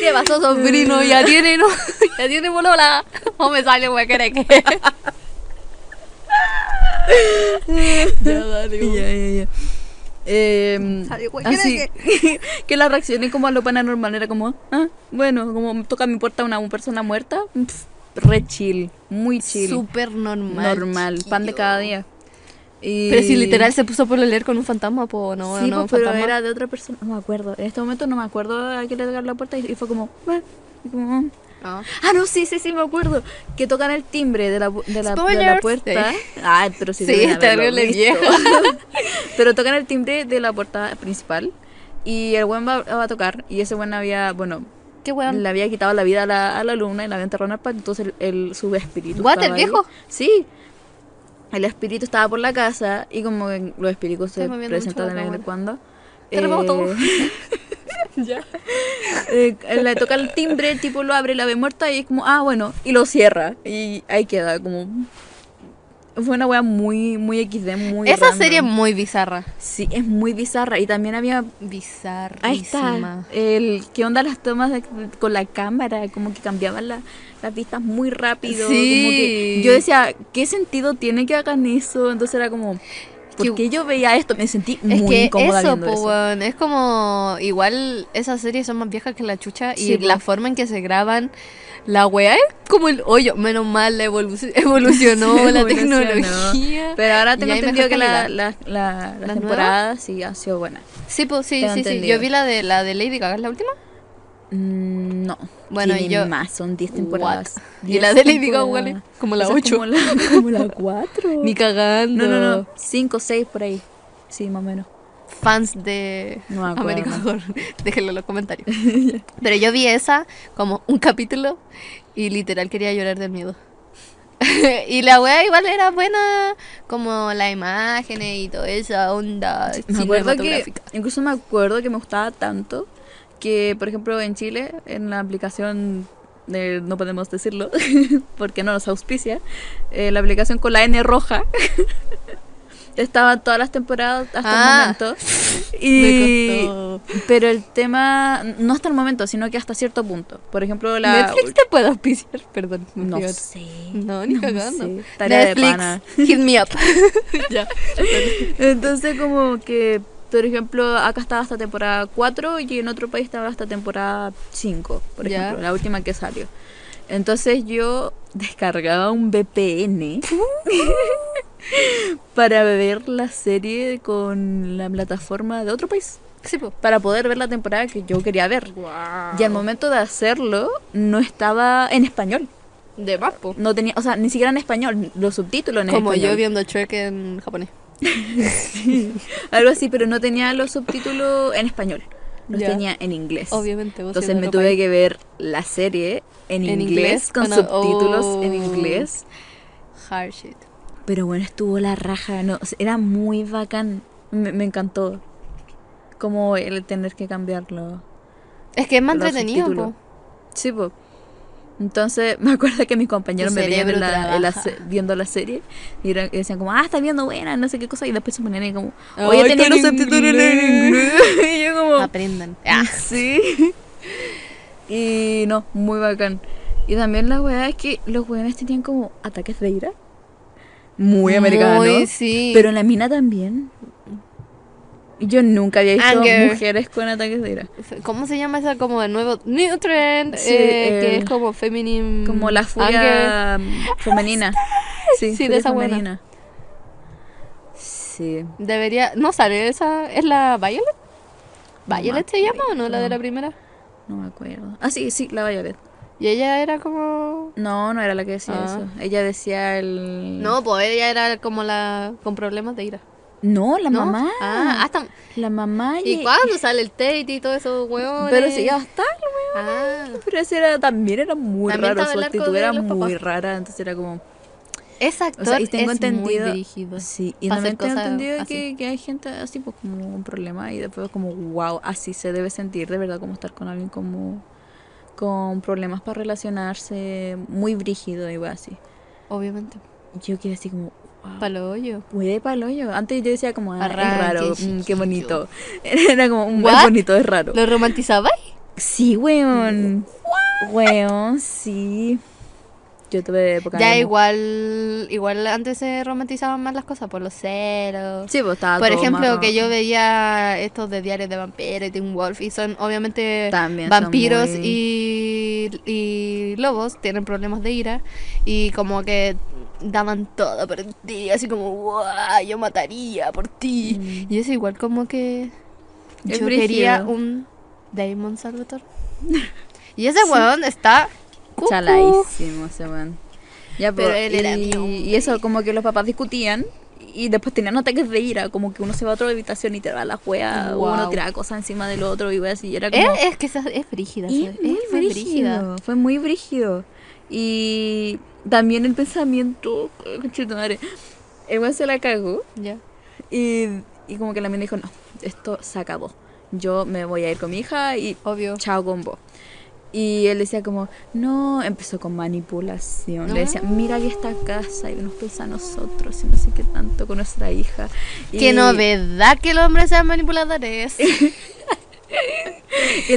¿Qué pasó, sobrino? Ya tiene, ¿no? Ya tiene bolola. No me sale, weá, que Ya, dale,
Ya, ya, ya. Eh,
Ay, güey,
así
¿crees
que las reacciones como a lo paranormal era como, ah, bueno, como toca mi puerta una persona muerta, pf, re chill, muy chill,
Súper normal.
normal, pan de
chiquillo.
cada día. Y-
Pero si literal se puso por leer con un fantasma, po, no,
sí,
no,
pues, pero
fantasma.
era de otra persona, no me acuerdo. En este momento no me acuerdo a quién le tocaron la puerta y, y fue como, ah, y como, ah.
No.
Ah, no, sí, sí, sí, me acuerdo. Que tocan el timbre de la, pu- de la, de la
Spoilers.
puerta. Ah, pero sí,
Sí,
deben haberlo
terrible
visto.
viejo.
pero tocan el timbre de la puerta principal. Y el buen va, va a tocar. Y ese buen había, bueno,
Qué weón.
le había quitado la vida a la, a la alumna y la había enterrado en el patio. Entonces el, el- su espíritu.
What,
estaba
¿el
ahí.
viejo?
Sí. El espíritu estaba por la casa. Y como que los espíritus se
Estoy moviendo
presentan de
mucho la
vez en
cámara.
cuando.
Terremoto.
eh, eh, le toca el timbre, el tipo lo abre, la ve muerta y es como, ah, bueno, y lo cierra. Y ahí queda, como. Fue una wea muy, muy XD, muy.
Esa
random.
serie es muy bizarra.
Sí, es muy bizarra. Y también había.
Bizarrísima.
Ahí está. El, ¿Qué onda las tomas de- con la cámara? Como que cambiaban la- las vistas muy rápido. Como que
Sí.
yo decía, ¿qué sentido tiene que hagan eso? Entonces era como. ¿Por
Que-
qué yo veía esto? Me sentí muy
Es que
incómoda
eso,
viendo
po,
eso.
weón, es como igual esas series son más viejas que la chucha
Sí,
y
po.
la forma en que se graban la weá es como el hoyo, menos mal la evoluc- evolucionó
Sí,
la
evolucionó.
tecnología.
Pero ahora
Y
tengo
hay mejor
entendido que la,
calidad.
la, la, las
¿Las
temporadas sí han sido buenas.
Sí, pues sí,
Tengo
sí, sí.
entendido.
Yo vi la de la de Lady Gaga, ¿es la última?
Mm, No.
Bueno,
Tienen
y yo-
más, son 10 temporadas.
What? Y la de Lady Gaga,
temporadas.
igual, como la
Esa es
ocho.
Como la, como la 4.
Ni cagando.
no, no, no. 5, 6 por ahí. Sí, más o menos.
Fans de
No me acuerdo.
American Horror, déjenlo en los comentarios. Pero yo vi esa como un capítulo y literal quería llorar del miedo. y la wea igual era buena, como las imágenes y toda esa onda
Me acuerdo que,
cinematográfica.
incluso me acuerdo que me gustaba tanto que, por ejemplo, en Chile, en la aplicación de, no podemos decirlo, porque no nos auspicia, eh, la aplicación con la N roja, estaban todas las temporadas hasta
Ah.
el momento. Y,
Me costó.
pero el tema, no hasta el momento, sino que hasta cierto punto. Por ejemplo, la...
Netflix te puede auspiciar, perdón. me
No
fui a-
sé.
No, ni
no
cagando.
sé. Tarea de pana.
Netflix, hit me up. ya.
Entonces como que, por ejemplo, acá estaba hasta temporada 4 y en otro país estaba hasta temporada 5, por
Ya.
ejemplo, la última que salió. Entonces yo descargaba un VPN para ver la serie con la plataforma de otro país,
Sí, po.
para poder ver la temporada que yo quería ver. Y al momento de hacerlo no estaba en español,
De más, po.
no tenía, o sea, ni siquiera en español, los subtítulos en
Como
español.
yo viendo Trek en japonés.
Algo así, pero no tenía los subtítulos en español. Los
Ya.
tenía en inglés.
Obviamente, vos
Entonces
siendo
me
otro
tuve
país.
que ver la serie en,
¿En
inglés,
inglés?
con
Ah, no.
subtítulos en
Oh.
inglés.
Hard shit.
Pero bueno, estuvo la raja. No, o sea, era muy bacán. Me, me encantó. Como el tener que cambiarlo.
Es que es más
Los
entretenido,
subtítulos.
po.
Sí, po. Entonces me acuerdo que mis compañeros
Tu
me veían en
cerebro
la- en la
trabaja.
se- viendo la serie y, era- y decían como, ah, está viendo buena, no sé qué cosa. Y después se ponían ahí como,
Ay,
oye,
está
tenía
en
los subtítulos en
inglés.
inglés. Y yo como,
Aprendan. Ah.
Sí. Y no, muy bacán. Y también la weá es que los weones tenían como ataques de ira. Muy americano.
Ah. Muy, sí.
Pero en la mina también. Yo nunca había visto
Anger.
mujeres con ataques de ira.
¿Cómo se llama esa como el nuevo new trend?
Sí,
Eh, que
el-
es como feminine.
Como la
anger.
furia femenina. Sí,
Mm, Sí, de
furia
esa buena.
femenina. Sí.
Debería. No sale esa. ¿Es la Violet?
No
¿Violet
me
se llama o no? La de la primera.
No me acuerdo. Ah, sí, sí, la Violet.
Y ella era como.
No, no era la que decía
Ah.
eso. Ella decía el.
No, pues ella era como la. con problemas de ira.
No, la
¿No?
mamá.
Ah, hasta.
La mamá
¿Y cuándo sale el Tate y todo eso, huevones?
Pero sí, hasta
Ah.
Pero ese era, también era muy
También
raro,
estaba
su
el arco
actitud
de
era
los
muy
papás.
rara, entonces era como...
Ese actor
O sea, y tengo
es
entendido...
muy dirigido.
Sí, y
pa' hacer
también tengo
cosas
entendido
así.
que, que hay gente así, pues como un problema, y después como, wow, así se debe sentir de verdad, como estar con alguien como... Con problemas para relacionarse, muy brígido y weas así.
Obviamente.
Yo quedé así como, wow.
Palo hoyo.
Puede palo yo. Antes yo decía como, ah, es
Arranque,
raro, mm, qué
chiquillo.
bonito. Era como, mm, es
What?
bonito, es raro.
¿Lo romantizabais?
Sí, weón. Weón, sí. Yo tuve época.
Ya
emo.
igual, igual antes se romantizaban más las cosas por los ceros.
Sí, pues estaba
Por
todo
ejemplo,
marrón.
que yo veía estos de diarios de vampiros y Teen Wolf y son obviamente
También son
vampiros
muy-
y, y lobos, tienen problemas de ira y como que daban todo por ti, así como, "Guau, yo mataría por ti. Y es igual como que
Mm. Es
yo quería
brígido.
un Damon Salvatore. y ese weón está... cucu.
Chaladísimo ese weón. Ya,
Pero
pues,
él era
y,
mi hombre.
y eso, como que los papás discutían. Y después tenían ataques de ira, como que uno se va a otra habitación y te va la juega, uno
Guau.
tiraba cosas encima del otro y weas, y era como.
Es, es que esa- es brígida.
Y
¿sabes?
muy
es muy brígida.
brígido, Fue muy brígido. Y también el pensamiento. Conchetumare. El weón se la cagó.
Ya.
Y, y como que la mina dijo, no, esto se acabó. Yo me voy a ir con mi hija y
Obvio.
chao con vos. Y él decía como, no, empezó con manipulación. Le decía, mira que esta casa y nos pesa a nosotros y no sé qué tanto con nuestra hija. Y,
Qué novedad que los hombres sean manipuladores.
Y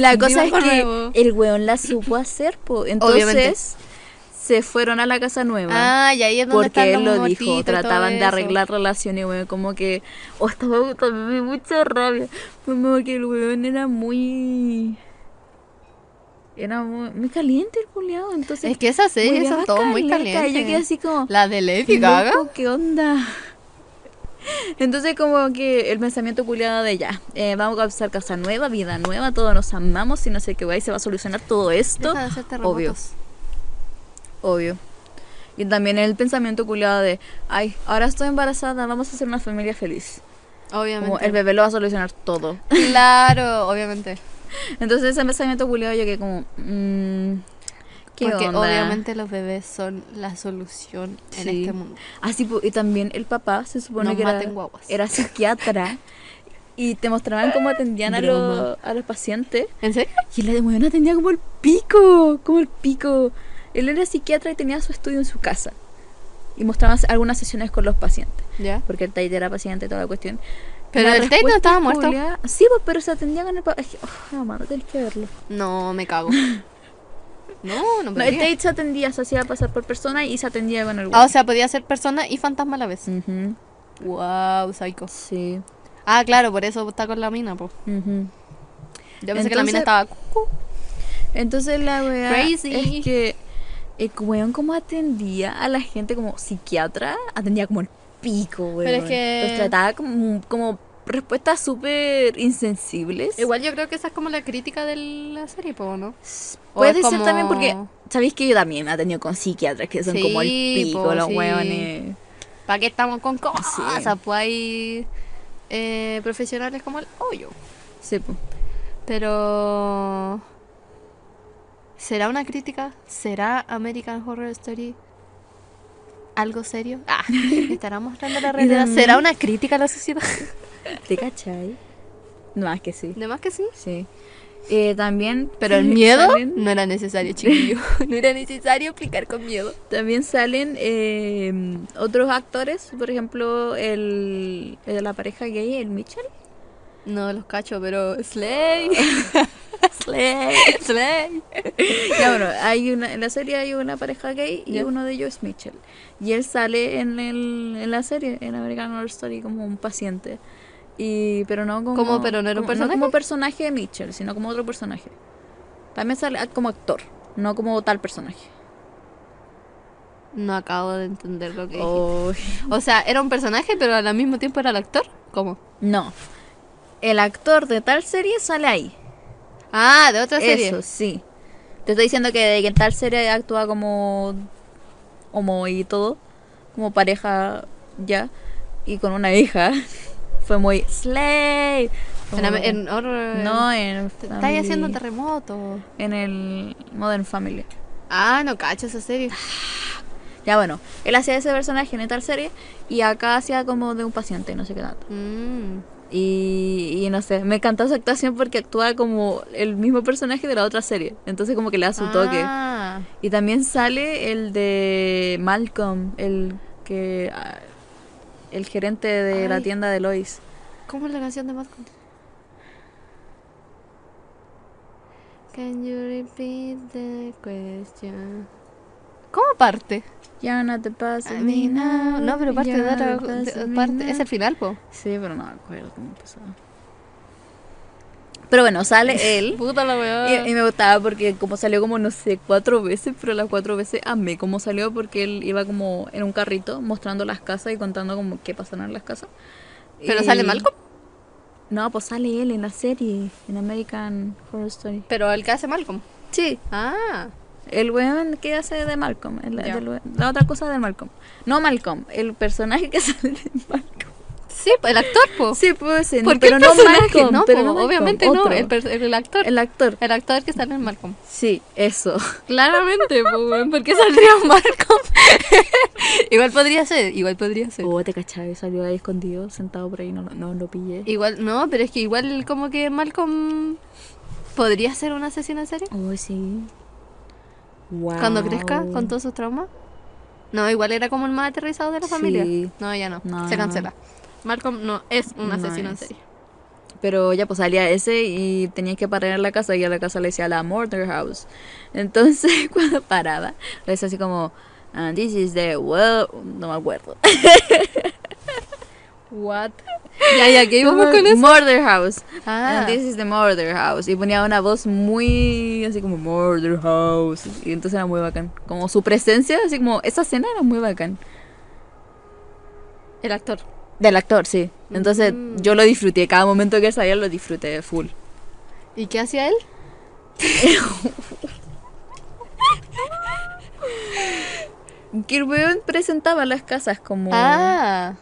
la cosa es
Digo
que
nuevo.
el weón la supo hacer. po. Entonces
Obviamente.
se fueron a la casa nueva.
ah, y ahí es donde
porque
están
él
los
lo dijo,
muertitos y todo
trataban de
eso.
arreglar relaciones, weón, como que, oh, esta weón también me dio mucha rabia, como que el weón era muy, era muy, muy caliente el culiado, entonces,
Es que esas series
weón,
son todas muy
caleta,
calientes.
y yo quedé así como,
La de Lady Gaga.
loco, ¿qué onda? Entonces como que el pensamiento culiado de ya, eh, vamos a empezar casa nueva, vida nueva, todos nos amamos y no sé qué, weón, y se va a solucionar todo esto,
Deja de hacer terremotos.
obvio. Obvio. Y también el pensamiento culiado de, ay, ahora estoy embarazada, vamos a hacer una familia feliz. Como
Obviamente.
el bebé lo va a solucionar todo.
Claro, obviamente.
Entonces ese pensamiento culiado yo que como, mm, ¿Qué
Porque
onda?
obviamente los bebés son la solución en
Sí.
este mundo.
Así, po- y también el papá se supone
No
que era,
maten guaguas.
era psiquiatra y te mostraban cómo atendían a,
Broma.
los- a los pacientes.
¿En serio?
Y la de Moyona tenía como el pico, como el pico. Él era psiquiatra y tenía su estudio en su casa. Y mostraban algunas sesiones con los pacientes.
Ya.
Porque el Tate era paciente y toda la cuestión.
Pero
La
el Tate no
respuesta
estaba muerto.
culia- Sí, pues, pero se atendía con el papá. Es que, oh, mamá, no tenés que verlo.
No, me cago. No, no
No, el
podría.
Tate se atendía, se hacía pasar por persona y se atendía con el
Ah, o
guardia.
sea, podía ser persona y fantasma a la vez.
Ujú,
Wow, psycho.
Sí.
Ah, claro, por eso está con la mina, po.
ujú.
Yo pensé que la mina
Entonces-
estaba cucú.
Entonces la weá
Crazy.
es que el weón como atendía a la gente como psiquiatra, atendía como el pico, weón.
Pero es que-
Los trataba como, como respuestas súper insensibles.
Igual yo creo que esa es como la crítica de la serie, po, ¿no? O
Puede
es
ser
como-
también porque, ¿sabéis que yo también me he atendido con psiquiatras que son
Sí,
como el pico,
po,
los
sí.
weones?
¿Para qué estamos con cosas?
Sí.
Pues hay eh, profesionales como el hoyo.
Sí, po.
Pero... ¿Será una crítica? ¿Será American Horror Story algo serio? Ah, ¿estará mostrando la realidad?
también-
¿Será una crítica a la sociedad?
¿Te cachai? No, es que sí.
De más que sí.
Sí. Eh, también.
Pero el miedo
salen-
no era necesario, chiquillo. no era necesario aplicar con miedo.
También salen eh, otros actores, por ejemplo, el, el de la pareja gay, el Mitchell.
No los cacho, pero Slay.
Slay.
Slay.
Ya, bueno, hay una, en la serie hay una pareja gay y
Ya.
uno de ellos es Mitchell. Y él sale en, el, en la serie, en American Horror Story, como un paciente. Y, pero no como.
¿Cómo? ¿Pero no era un
como-
personaje?
como personaje de Mitchell, sino como otro personaje. También sale act- como actor, no como tal personaje.
No acabo de entender lo que
Uy.
dijiste. O sea, era un personaje, pero al mismo tiempo era el actor. ¿Cómo?
No. El actor de tal serie sale ahí.
Ah, de otra serie.
Eso, sí. Te estoy diciendo que, de que en tal serie actúa como homo y todo, como pareja ya, y con una hija. Fue muy slay.
En,
Como-
am- en horror. eh,
no, en
Te-
Family-
Estáis haciendo terremoto.
en el Modern Family.
Ah, no cacho esa serie.
Ya bueno, él hacía ese personaje en tal serie y acá hacía como de un paciente, no sé qué tanto.
Mm.
Y, y no sé, me encantó su actuación porque actúa como el mismo personaje de la otra serie. Entonces como que le da su toque.
Ah.
Y también sale el de Malcolm, el que ah, el gerente de la
Ay.
tienda de Lois.
¿Cómo es la canción de Malcolm? Can you repeat the question? ¿Cómo parte?
Ya no te pasa
I mean, no, no, pero parte de otra de- parte. Es el final, po.
Sí, pero no me acuerdo cómo empezaba. Pero bueno, sale él.
Puta la weá.
Y, y me gustaba porque como salió como, no sé, cuatro veces, pero las cuatro veces amé cómo salió porque él iba como en un carrito mostrando las casas y contando como qué pasaron en las casas.
Pero
Y-
sale Malcolm.
No, pues sale él en la serie, en American Horror Story.
Pero el que hace Malcolm.
Sí,
Ah.
el weón que hace de Malcolm, el-
Ya.
del weón- la otra cosa de Malcolm. No Malcolm, el personaje que sale de Malcolm.
Sí, po, el actor, po.
Sí, pues, sí,
¿Por qué
pero
el
no
personaje?
Malcolm,
no,
pero
po,
no Malcolm,
obviamente no.
otro.
El, per- el actor. El,
El actor.
actor que sale en Malcolm.
Sí, eso.
Claramente, po, weón, ¿por qué saldría Malcolm? igual podría ser, igual podría ser.
Oh, te cachai, salió ahí escondido, sentado por ahí, no, no lo pillé.
Igual, no, pero es que igual como que Malcolm podría ser un asesino en serie
Oh, sí.
cuando crezca
Wow.
con todos sus traumas. No, igual era como el más aterrizado de la
Sí.
familia. No, ya no.
No,
Se
no.
cancela. Malcolm no es un
No
asesino en
es.
serie.
Pero ya pues salía ese y tenías que parar en la casa y a la casa le decía la Murder House. Entonces cuando paraba, le decía así como, "Ah, this is the world, no me acuerdo.
What? Ya, ya, ¿qué íbamos con eso?
Murder House.
Ah.
"And this is the Murder House. Y ponía una voz muy así como Murder House. Y entonces era muy bacán. Como su presencia, así como esa escena era muy bacán.
El actor.
Del actor, sí. Entonces
Mm.
yo lo disfruté. Cada momento que salía lo disfruté full.
¿Y qué hacía él?
Que el weón presentaba las casas como...
Ah.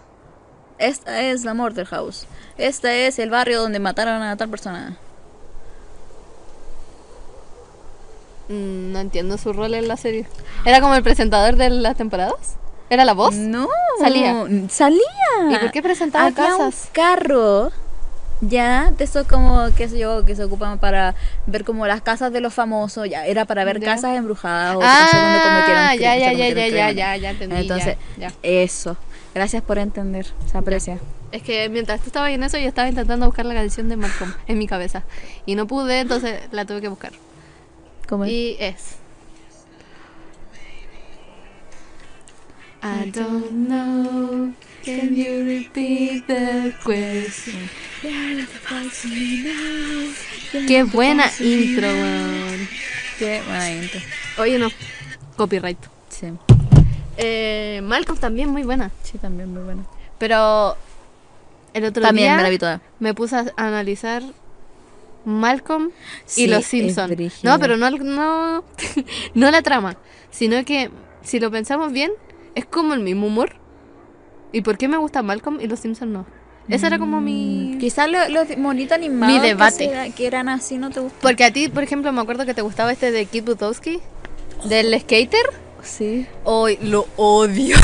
Esta es la Murder House. Esta es el barrio donde mataron a tal persona.
Mm, No entiendo su rol en la serie. ¿Era como el presentador de las temporadas? ¿Era la voz?
No.
Salía.
Salía.
¿Y por qué presentaba
Había
casas?
un carro. Ya, de esos como, qué sé yo, que se ocupan para ver como las casas de los famosos, ya, era para ver
Ya.
casas embrujadas o casos donde cometieron
Ah,
cri-
ya, ya,
se
ya,
cometieron
ya, ya,
crímenes.
ya, ya entendí. ya,
Entonces,
ya.
Eso. Gracias por entender, se aprecia.
Es que mientras tú estabas en eso, yo estaba intentando buscar la canción de Malcolm en mi cabeza. Y no pude, entonces la tuve que buscar.
Como
Y es. I don't know. Can you repeat the question? Qué buena intro, weón.
Qué buena intro.
Oye, no. Copyright.
Sí,
Eh, Malcolm también muy buena.
sí, también muy buena.
Pero el otro
También
día
me la vi toda.
me puse a analizar Malcolm y
Sí,
Los
es
Simpsons.
brígido.
No, pero no, no, no la trama, sino que si lo pensamos bien, es como el mismo humor. ¿Y por qué me gusta Malcolm y Los Simpsons no? Esa era
Mm,
como mi...
Quizás lo- los monitos animados
Mi
que
debate.
se- Que, eran así no te gustan.
Porque a ti, por ejemplo, me acuerdo que te gustaba este de Kid Butowski, del skater.
Sí,
Hoy lo odio.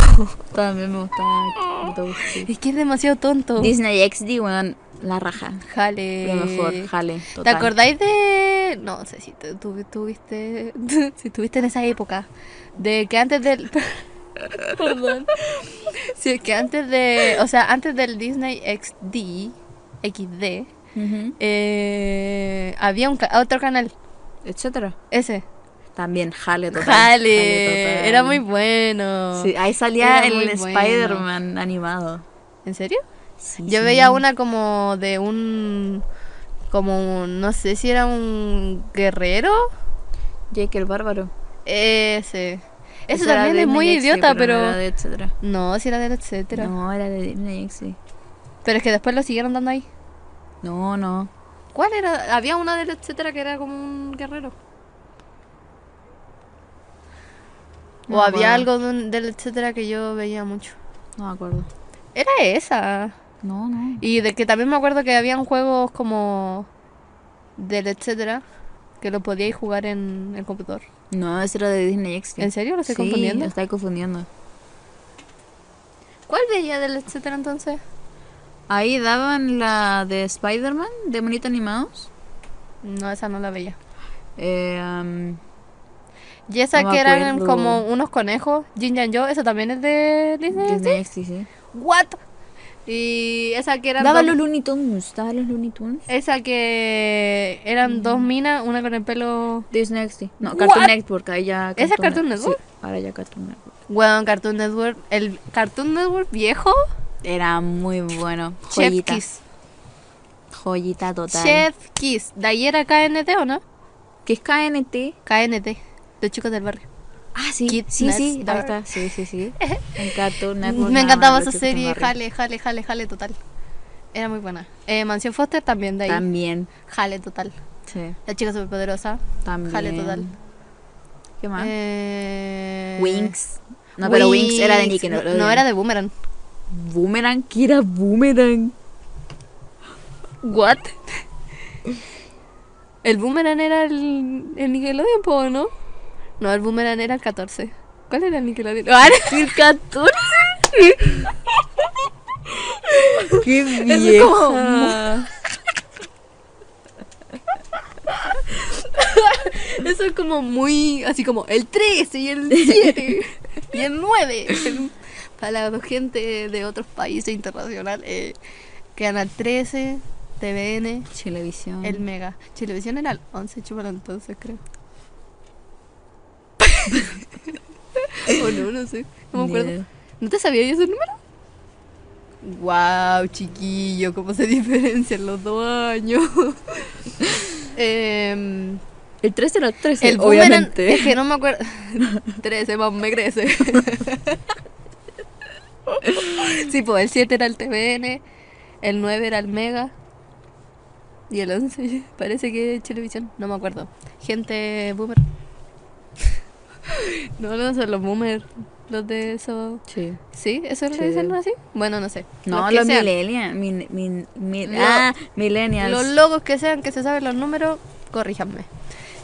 también me gustaban. te gustan.
Es que es demasiado tonto.
Disney XD, weón, la raja.
Jale.
Lo mejor, jale.
Eh, ¿Te
total.
acordáis de.? No sé si te- tu- tuviste. si tuviste en esa época. De que antes del. Perdón. Si es que antes de. O sea, antes del Disney XD. XD.
Ujú.
eh, había un, ca- otro canal.
Etcétera.
Ese.
También, jale total. jale total.
Jale. Era muy bueno.
Sí, ah, ahí salía
Era
el
muy bueno.
Spider-Man animado.
¿En serio?
Sí,
Yo
sí.
veía una como de un. Como. un- No sé si era un guerrero.
Jake el Bárbaro.
Ese. Ese
Esa era
también es
Disney
muy
XD,
idiota, pero.
No, era de etcétera.
No, si era del etcétera.
no, era de Disney XD.
Pero es que después lo siguieron dando ahí.
No, no.
¿Cuál era? Había una del etcétera que era como un guerrero.
No
o
me
había
acuerdo.
algo de un- del etcétera que yo veía mucho.
No me acuerdo.
Era esa.
No, no.
Y de que también me acuerdo que habían juegos como del etcétera que lo podíais jugar en el computador.
No, ese era de Disney XD.
¿En serio? ¿Lo estoy
Sí,
confundiendo?
lo estoy confundiendo.
¿Cuál veía del etcétera entonces?
Ahí daban la de Spider-Man, de monitos animados.
No, esa no la veía.
Eh, am,
Y esa
No me
que eran
acuerdo.
como unos conejos, Jin Jan Yo, esa también es de Disney.
Disney XD, sí.
What? Y esa que eran
Daban
dos- Eh.
los Looney Tunes, daban los Looney Tunes.
esa que
Mm.
eran dos minas, una con el pelo
Disney XD. No,
What?
Cartoon Network, ahí ya.
¿Esa es Cartoon
Net-
Network?
Sí, ahora ya Cartoon Network.
Weón, Cartoon Network, el Cartoon Network viejo,
Era muy bueno.
Chef
Joyita.
Kiss.
Joyita total.
Chef Kiss, de ayer era KNT o no?
¿Qué es KNT?
KNT, los chicos del barrio.
Ah, sí.
Kids
sí,
Next
sí, ahí
Door.
está. Sí, sí, sí. En Cartoon Network.
Me
daban
encantaba
los
esa
chicos en
serie,
barrio.
jale, jale, jale, jale total. Era muy buena. Eh, Mansión Foster también de ahí.
También.
Jale total.
Sí,
La chica superpoderosa.
también.
Jale total.
¿Qué más?
Eh,
Winx. No, pero Winx era de Nick.
No, no, era de Boomerang.
Boomerang, que era Boomerang.
What? El boomerang era el, el Nickelodeon, po, ¿no? No, el boomerang era el 14. ¿Cuál era el Nickelodeon? ¡Ah!
El 14. Qué vieja.
Eso es como- Eso es como muy. Así como el 13 y el 7 y el 9. Para la gente de otros países internacionales, eh, Canal 13, TVN,
Chilevisión.
el Mega. Televisión era el 11, chupalo entonces, creo. o no, no sé. No me acuerdo.
Ni-
¿No te sabía yo ese número? Wow, chiquillo, cómo se diferencian los dos años. Em,
El 13 era el 13,
el boomerang-
obviamente.
es que no me acuerdo. 13, más me crece. sí, pues el 7 era el TVN, el 9 era el Mega y el 11 parece que es televisión, no me acuerdo. Gente boomer. no, no son los boomer, los de esos
Sí.
¿Sí? ¿Eso lo
Sí.
dicen así? Bueno, no sé.
No,
que
los
sean.
millennials. Min, min- mil-
Lo-
ah, millennials.
Los logos que sean, que se saben los números, corríjanme.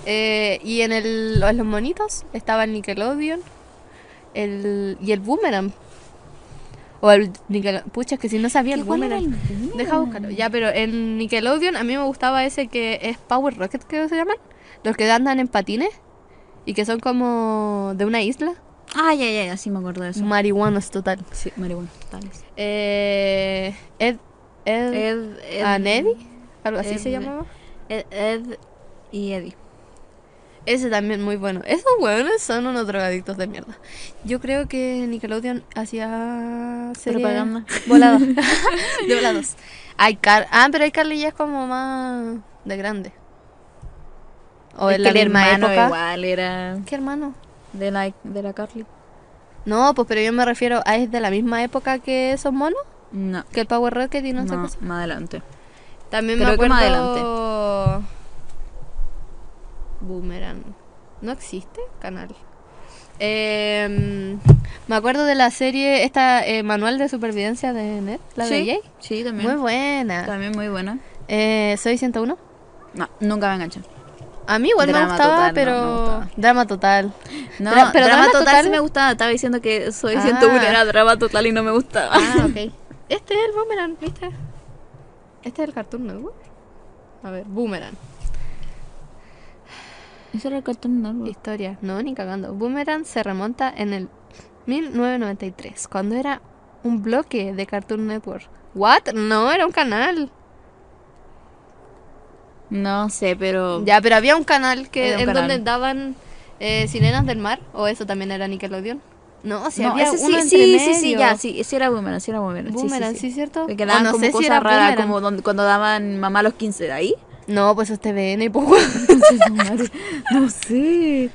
Eh, y en, el, en los monitos estaba el Nickelodeon el, y el Boomerang. O el Nickelodeon. Pucha, es que si no sabía el
¿Cuál era
Boomerang.
el-
Deja buscarlo. Ya, pero en Nickelodeon a mí me gustaba ese que es Power Rocket, creo que se llaman. Los que andan en patines y que son como de una isla.
Ah, ya, ya, ya, sí me acuerdo de eso.
Marihuanos total.
Sí, marihuana, tales.
Eh, Ed, Ed,
Ed, Ed,
ah, Neddy, algo así
Ed-
se llamaba.
Ed, Ed y Eddie.
Ese también muy bueno. Esos hueones son unos drogadictos de mierda. Yo creo que Nickelodeon hacía series
Propaganda.
voladas. de volados. iCar ah, pero iCarly ya es como más de grande. O
Es
en la
que el
misma
hermano
época.
igual era
¿Qué hermano?
de la, de la Carly.
No, pues pero yo me refiero a es de la misma época que esos monos,
No,
que el Power Rocket y no, sé
no,
qué.
más adelante.
También me
Creo que
acuerdo
más
Boomerang. ¿No existe canal? Em, me acuerdo de la serie, esta eh, manual de supervivencia de Ned, la de
sí,
Jay.
sí,
Muy
también.
buena.
También muy buena.
Eh, Soy 101.
No, nunca me enganché.
A mí igual me
Drama
gustaba,
total, no,
pero.
me gustaba.
Drama total.
No,
Dra- pero
drama
Drama
total,
Total-
sí me gustaba. Estaba diciendo que soy
Ah.
101 era drama total y no me gustaba.
Ah, ok. Este es el Boomerang, ¿viste? Este es el Cartoon Network. A ver, Boomerang.
Eso era el cartón de
Historia, no, ni cagando. Boomerang se remonta en el 1993, cuando era un bloque de Cartoon Network. ¿What? No, era un canal.
No sé, pero.
Ya, pero había un canal que
Oh. Era un
en
canal.
donde daban eh, sirenas del mar, o eso también era Nickelodeon. No, o sea,
No,
había
ese sí,
uno
sí,
entre
sí, sí,
medio.
ya, sí, sí era boomerang, sí era boomerang. sí,
Boomerang, sí,
sí, sí.
¿cierto?
Porque
O
daban
no
como
sé si
cosas
era
raras,
Boomerang.
como donde- cuando daban mamá a los 15, ¿ahí?
No, pues es TVN, poco.
no sé.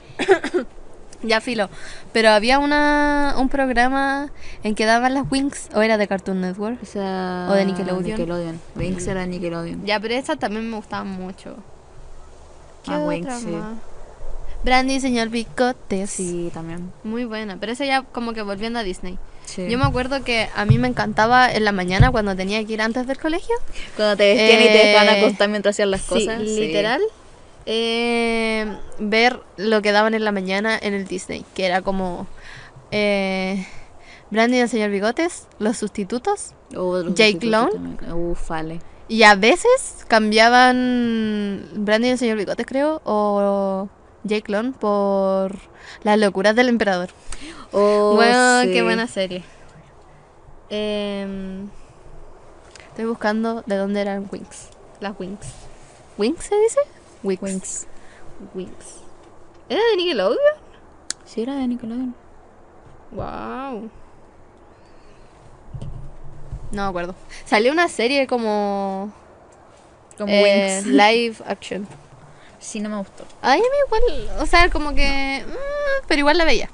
ya filo. Pero había una, un programa en que daban las Wings, o era de Cartoon Network.
O sea.
O de Nickelodeon.
Nickelodeon. Winx era Nickelodeon.
Ya, pero esa también me gustaba mucho. ¿Qué
Ah,
otra
Wink, sí.
más? Brandy, señor Bigotes.
Sí, también.
Muy buena, pero esa ya como que volviendo a Disney.
Sí.
Yo me acuerdo que a mí me encantaba en la mañana cuando tenía que ir antes del colegio.
Cuando te vestían y te dejaban
Eh,
acostar mientras hacían las
Sí,
cosas. sí.
literal. eh, ver lo que daban en la mañana en el Disney, que era como eh, Brandy y el señor Bigotes, los sustitutos,
Oh, los
Jake
sustitutos
Long.
también. Uf, vale.
Y a veces cambiaban Brandy y el señor Bigotes, creo, o Jake Long por las locuras del emperador.
Oh,
bueno,
sí.
qué buena serie. Em, estoy buscando de dónde eran Winx. Las Winx. ¿Winx se dice? Wix.
Winx.
Winx. ¿Era de Nickelodeon?
Sí, era de Nickelodeon.
Wow. No me acuerdo. Salió una serie como.
Como
eh,
Winx.
live action.
Sí, no me gustó.
Ay, a mí igual. O sea, como que. mm, pero igual la veía.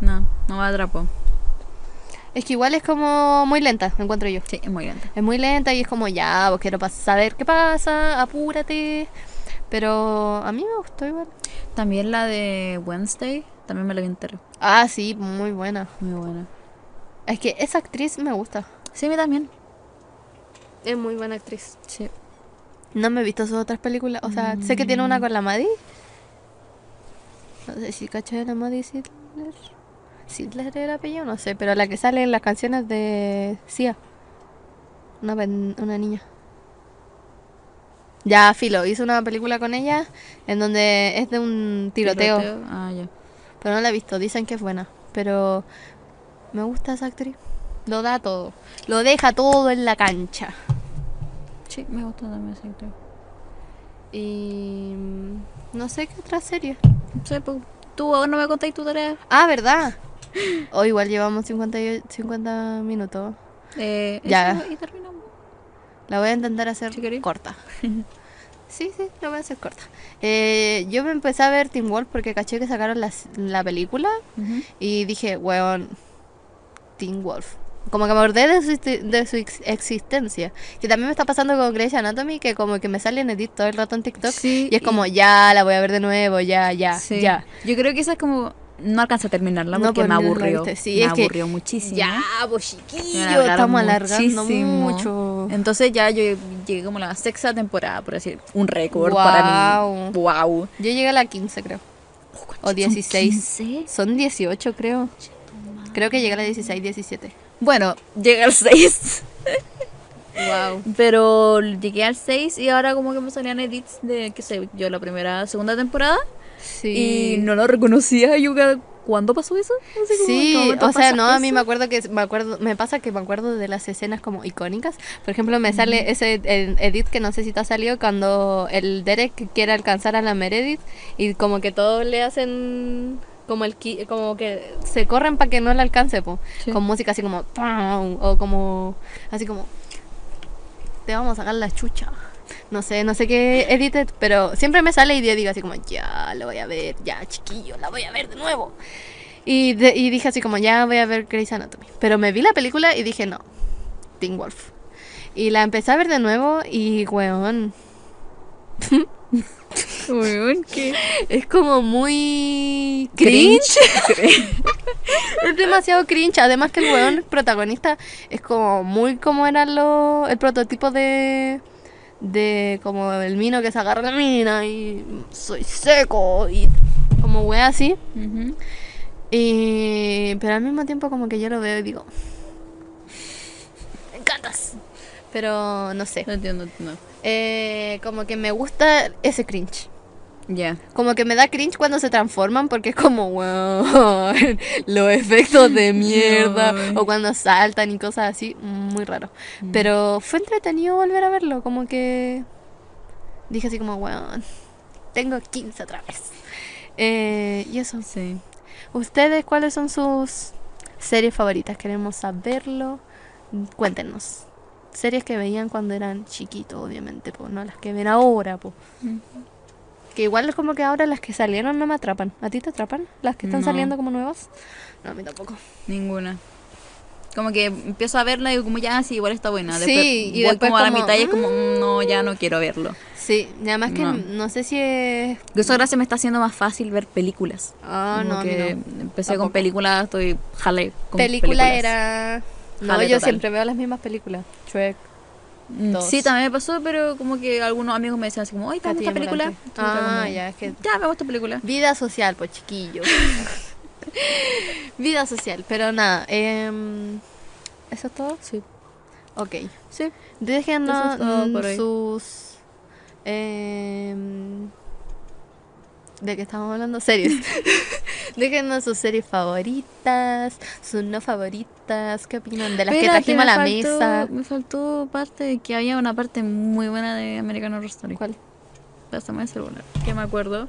No, no me atrapó.
Es que igual es como muy lenta, me encuentro yo.
Sí, es muy grande.
Es muy lenta y es como ya, vos quiero pas- saber qué pasa, apúrate. Pero a mí me gustó igual.
También la de Wednesday, también me la vi entera.
Ah, sí, muy buena.
Muy buena.
Es que esa actriz me gusta.
Sí, a mí también.
Es muy buena actriz.
Sí.
No me he visto sus otras películas. O sea, sé que tiene una con la Maddie. No sé si cacho de la Maddie Sidler. Sidler era el apellido, no sé. Pero la que sale en las canciones de Sia. Una, pen- una niña. Ya, Filo, hizo una película con ella en donde es de un tiroteo.
Ah, ya.
Pero no la he visto, dicen que es buena. Pero me gusta esa actriz. Lo da todo. Lo deja todo en la cancha.
Sí, me gustó también ese actor.
Y mm, no sé qué otra serie.
Sí, pues tú ahora no me contáis tu tarea.
Ah, ¿verdad? O igual llevamos 50, y- 50 minutos.
Eh,
Ya.
eso, Y terminamos.
La voy a intentar hacer
Si queréis.
corta. Sí, sí, la voy a hacer corta. Eh, yo me empecé a ver Teen Wolf porque caché que sacaron las- la película y dije, weón, Teen Wolf. Como que me acordé de su, esti- de su ex- existencia. Que también me está pasando con Grey's Anatomy, que como que me sale en edit todo el rato en TikTok.
Sí,
y es como, ya, la voy a ver de nuevo, ya, ya,
Sí.
ya.
Yo creo que esa es como no alcancé a terminarla
No,
porque
pues,
me
no la
aburrió.
viste. Sí,
me
es que
aburrió muchísimo.
Ya, pues
Me
chiquillo,
alargaron
estamos alargando
muchísimo.
mucho.
Entonces ya yo llegué como a la sexta temporada, por decir, un récord para mí. Wow.
Yo llegué a la 15, creo. O 16. Son 18, creo. Creo que llegué a la 16, 17.
Bueno, llegué al 6.
Wow.
Pero llegué al 6 y ahora como que me salían edits de, qué sé, yo la primera, segunda temporada.
Sí.
Y no lo reconocía. y Yo, ¿cuándo pasó eso? No sé, como, ¿en qué
Sí,
momento
o sea,
pasa
no, a mí
eso?
me acuerdo que me acuerdo, me pasa que me acuerdo de las escenas como icónicas. Por ejemplo, me sale ese ed- edit que no sé si te ha salido cuando el Derek quiere alcanzar a la Meredith y como que todos le hacen como el ki- como que se corren para que no le alcance, po.
Sí.
con música así como ¡pam! o como así como te vamos a sacar la chucha. No sé, no sé qué edit, pero siempre me sale y yo digo así como, ya, lo voy a ver, ya, chiquillo, la voy a ver de nuevo. Y, de- y dije así como, ya voy a ver Grey's Anatomy. Pero me vi la película y dije, no, Teen Wolf. Y la empecé a ver de nuevo y, weón,
Weón, qué
es como muy cringe. Es demasiado cringe. Además que el weón protagonista es como muy como era lo, el prototipo de... De como el mino que se agarra la mina y soy seco y como wea así.
Ujú.
Y, pero al mismo tiempo como que yo lo veo y digo, me encantas. Pero no sé.
No entiendo, no.
Eh, como que me gusta ese cringe.
Ya.
Como que me da cringe cuando se transforman porque es como, wow, los efectos de mierda.
No.
O cuando saltan y cosas así, muy raro. Pero fue entretenido volver a verlo. Como que dije así como, wow, tengo 15 otra vez. Eh, y eso.
Sí.
¿Ustedes cuáles son sus series favoritas? Queremos saberlo. Cuéntenos. Series que veían cuando eran chiquitos, obviamente, pues no las que ven ahora, pues.
Ujú.
Que igual es como que ahora las que salieron no me atrapan. ¿A ti te atrapan? ¿Las que están
No.
saliendo como nuevas? No, a mí tampoco.
Ninguna. Como que empiezo a verla y digo como ya, sí, igual está buena. Después
Sí, y
voy
después
como a la
como,
mitad y es como, "Mm, no, ya no quiero verlo.
Sí, y además que
No.
no, sé si es...
Por eso ahora se me está haciendo más fácil ver películas.
Ah,
Como
no, a mí
que
no.
empecé
Tampoco.
con películas, estoy jale con
Película
películas.
era... No,
Jale
yo
total.
siempre veo las mismas películas. Shrek.
Mm,
dos.
Sí, también me pasó, pero como que algunos amigos me decían así como, oye, ¿te gusta
Katy
esta película?
Morante.
Entonces era
Ah,
como,
ya, es que
Ya, me gusta esta película.
Vida social, pues chiquillo. Vida social, pero nada. em, ¿Eso es todo?
Sí.
Ok.
Sí. Eso
Déjenos
es todo por
mm,
hoy.
sus... em, ¿De qué estamos hablando? Series. Déjenos sus series favoritas, sus no favoritas, qué opinan de las que
Espera,
trajimos a
me
la
faltó-
mesa.
Me faltó parte de que había una parte muy buena de American Horror Story.
¿Cuál?
Pásame el celular. Que me acuerdo.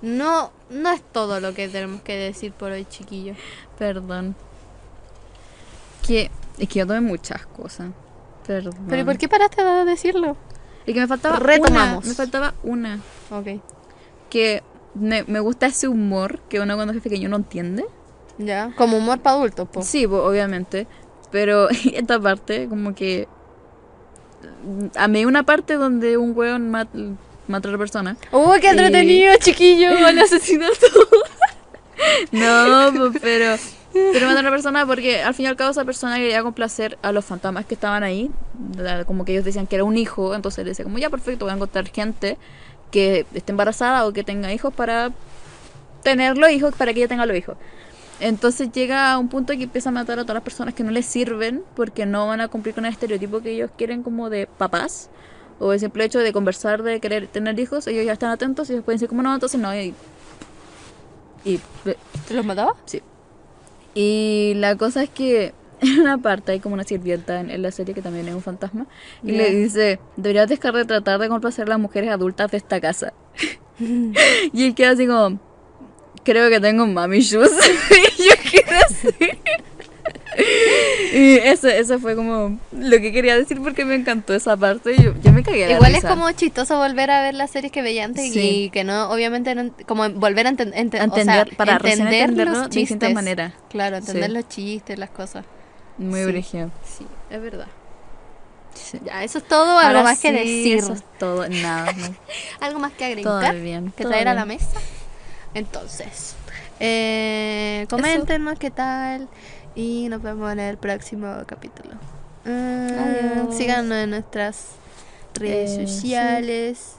No, no es todo lo que tenemos que decir por hoy, chiquillo.
Perdón. Que es que yo tomé muchas cosas. Perdón.
¿Pero ¿y por qué paraste de decirlo?
Es que me faltaba
Retomamos.
una. Me faltaba una.
Ok.
Que me, me gusta ese humor que uno cuando es pequeño no entiende.
Ya, como humor para adultos, po.
Sí, po, obviamente. Pero esta parte, como que. A mí hay una parte donde un weón mat- mata a otra persona.
¡Uy, qué
Y-
entretenido, chiquillo! El asesinato.
No, po, pero. Pero mata a una persona porque al fin y al cabo esa persona quería complacer a los fantasmas que estaban ahí. La- Como que ellos decían que era un hijo. Entonces él decía, como ya perfecto, voy a encontrar gente que esté embarazada o que tenga hijos para tener los hijos, para que ella tenga los hijos. Entonces llega a un punto que empieza a matar a todas las personas que no les sirven porque no van a cumplir con el estereotipo que ellos quieren como de papás o el simple hecho de conversar, de querer tener hijos, ellos ya están atentos y ellos pueden decir como no, entonces no. Y, y
¿Te los mataba?
Sí. Y la cosa es que en una parte hay como una sirvienta en, en la serie que también es un fantasma y
Ya.
le dice, deberías dejar de tratar de complacer a las mujeres adultas de esta casa. y él queda así como, creo que tengo mami shoes. y yo quedé así. y eso, eso fue como lo que quería decir porque me encantó esa parte. Yo, yo me cagué de la
Igual es
risa.
como chistoso volver a ver las series que veía antes
Sí.
y que no, obviamente, no ent- como volver a enten- ente- o sea,
entender, para recién
entender
entenderlo
los
de distintas
chistes.
maneras.
Claro, entender
Sí.
los chistes, las cosas.
Muy
Sí.
brígido.
Sí, es verdad.
Sí.
Ya, eso es todo, algo
Ahora
más que
sí,
decir.
Eso es todo, nada. no.
Algo más que
Todo
agregar,
bien.
que
todo
traer a
bien.
la mesa. Entonces, Eh, coméntenos qué tal y nos vemos en el próximo capítulo. Mm,
Adiós.
síganos en nuestras redes
Eh, sí.
sociales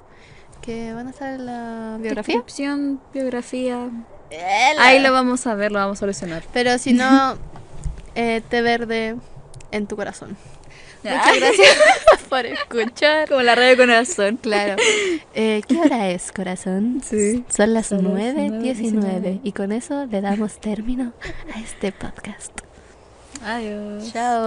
que van a estar en la biografía.
Descripción, biografía.
Ela.
Ahí lo vamos a ver, lo vamos a solucionar.
Pero si no, eh, té verde en tu corazón.
Ah,
Muchas gracias por escuchar.
Como la radio corazón.
Claro. Eh, ¿Qué hora es, corazón?
Sí.
Son las
Son las
9.19
19.
y con eso le damos término a este podcast.
Adiós.
Chao.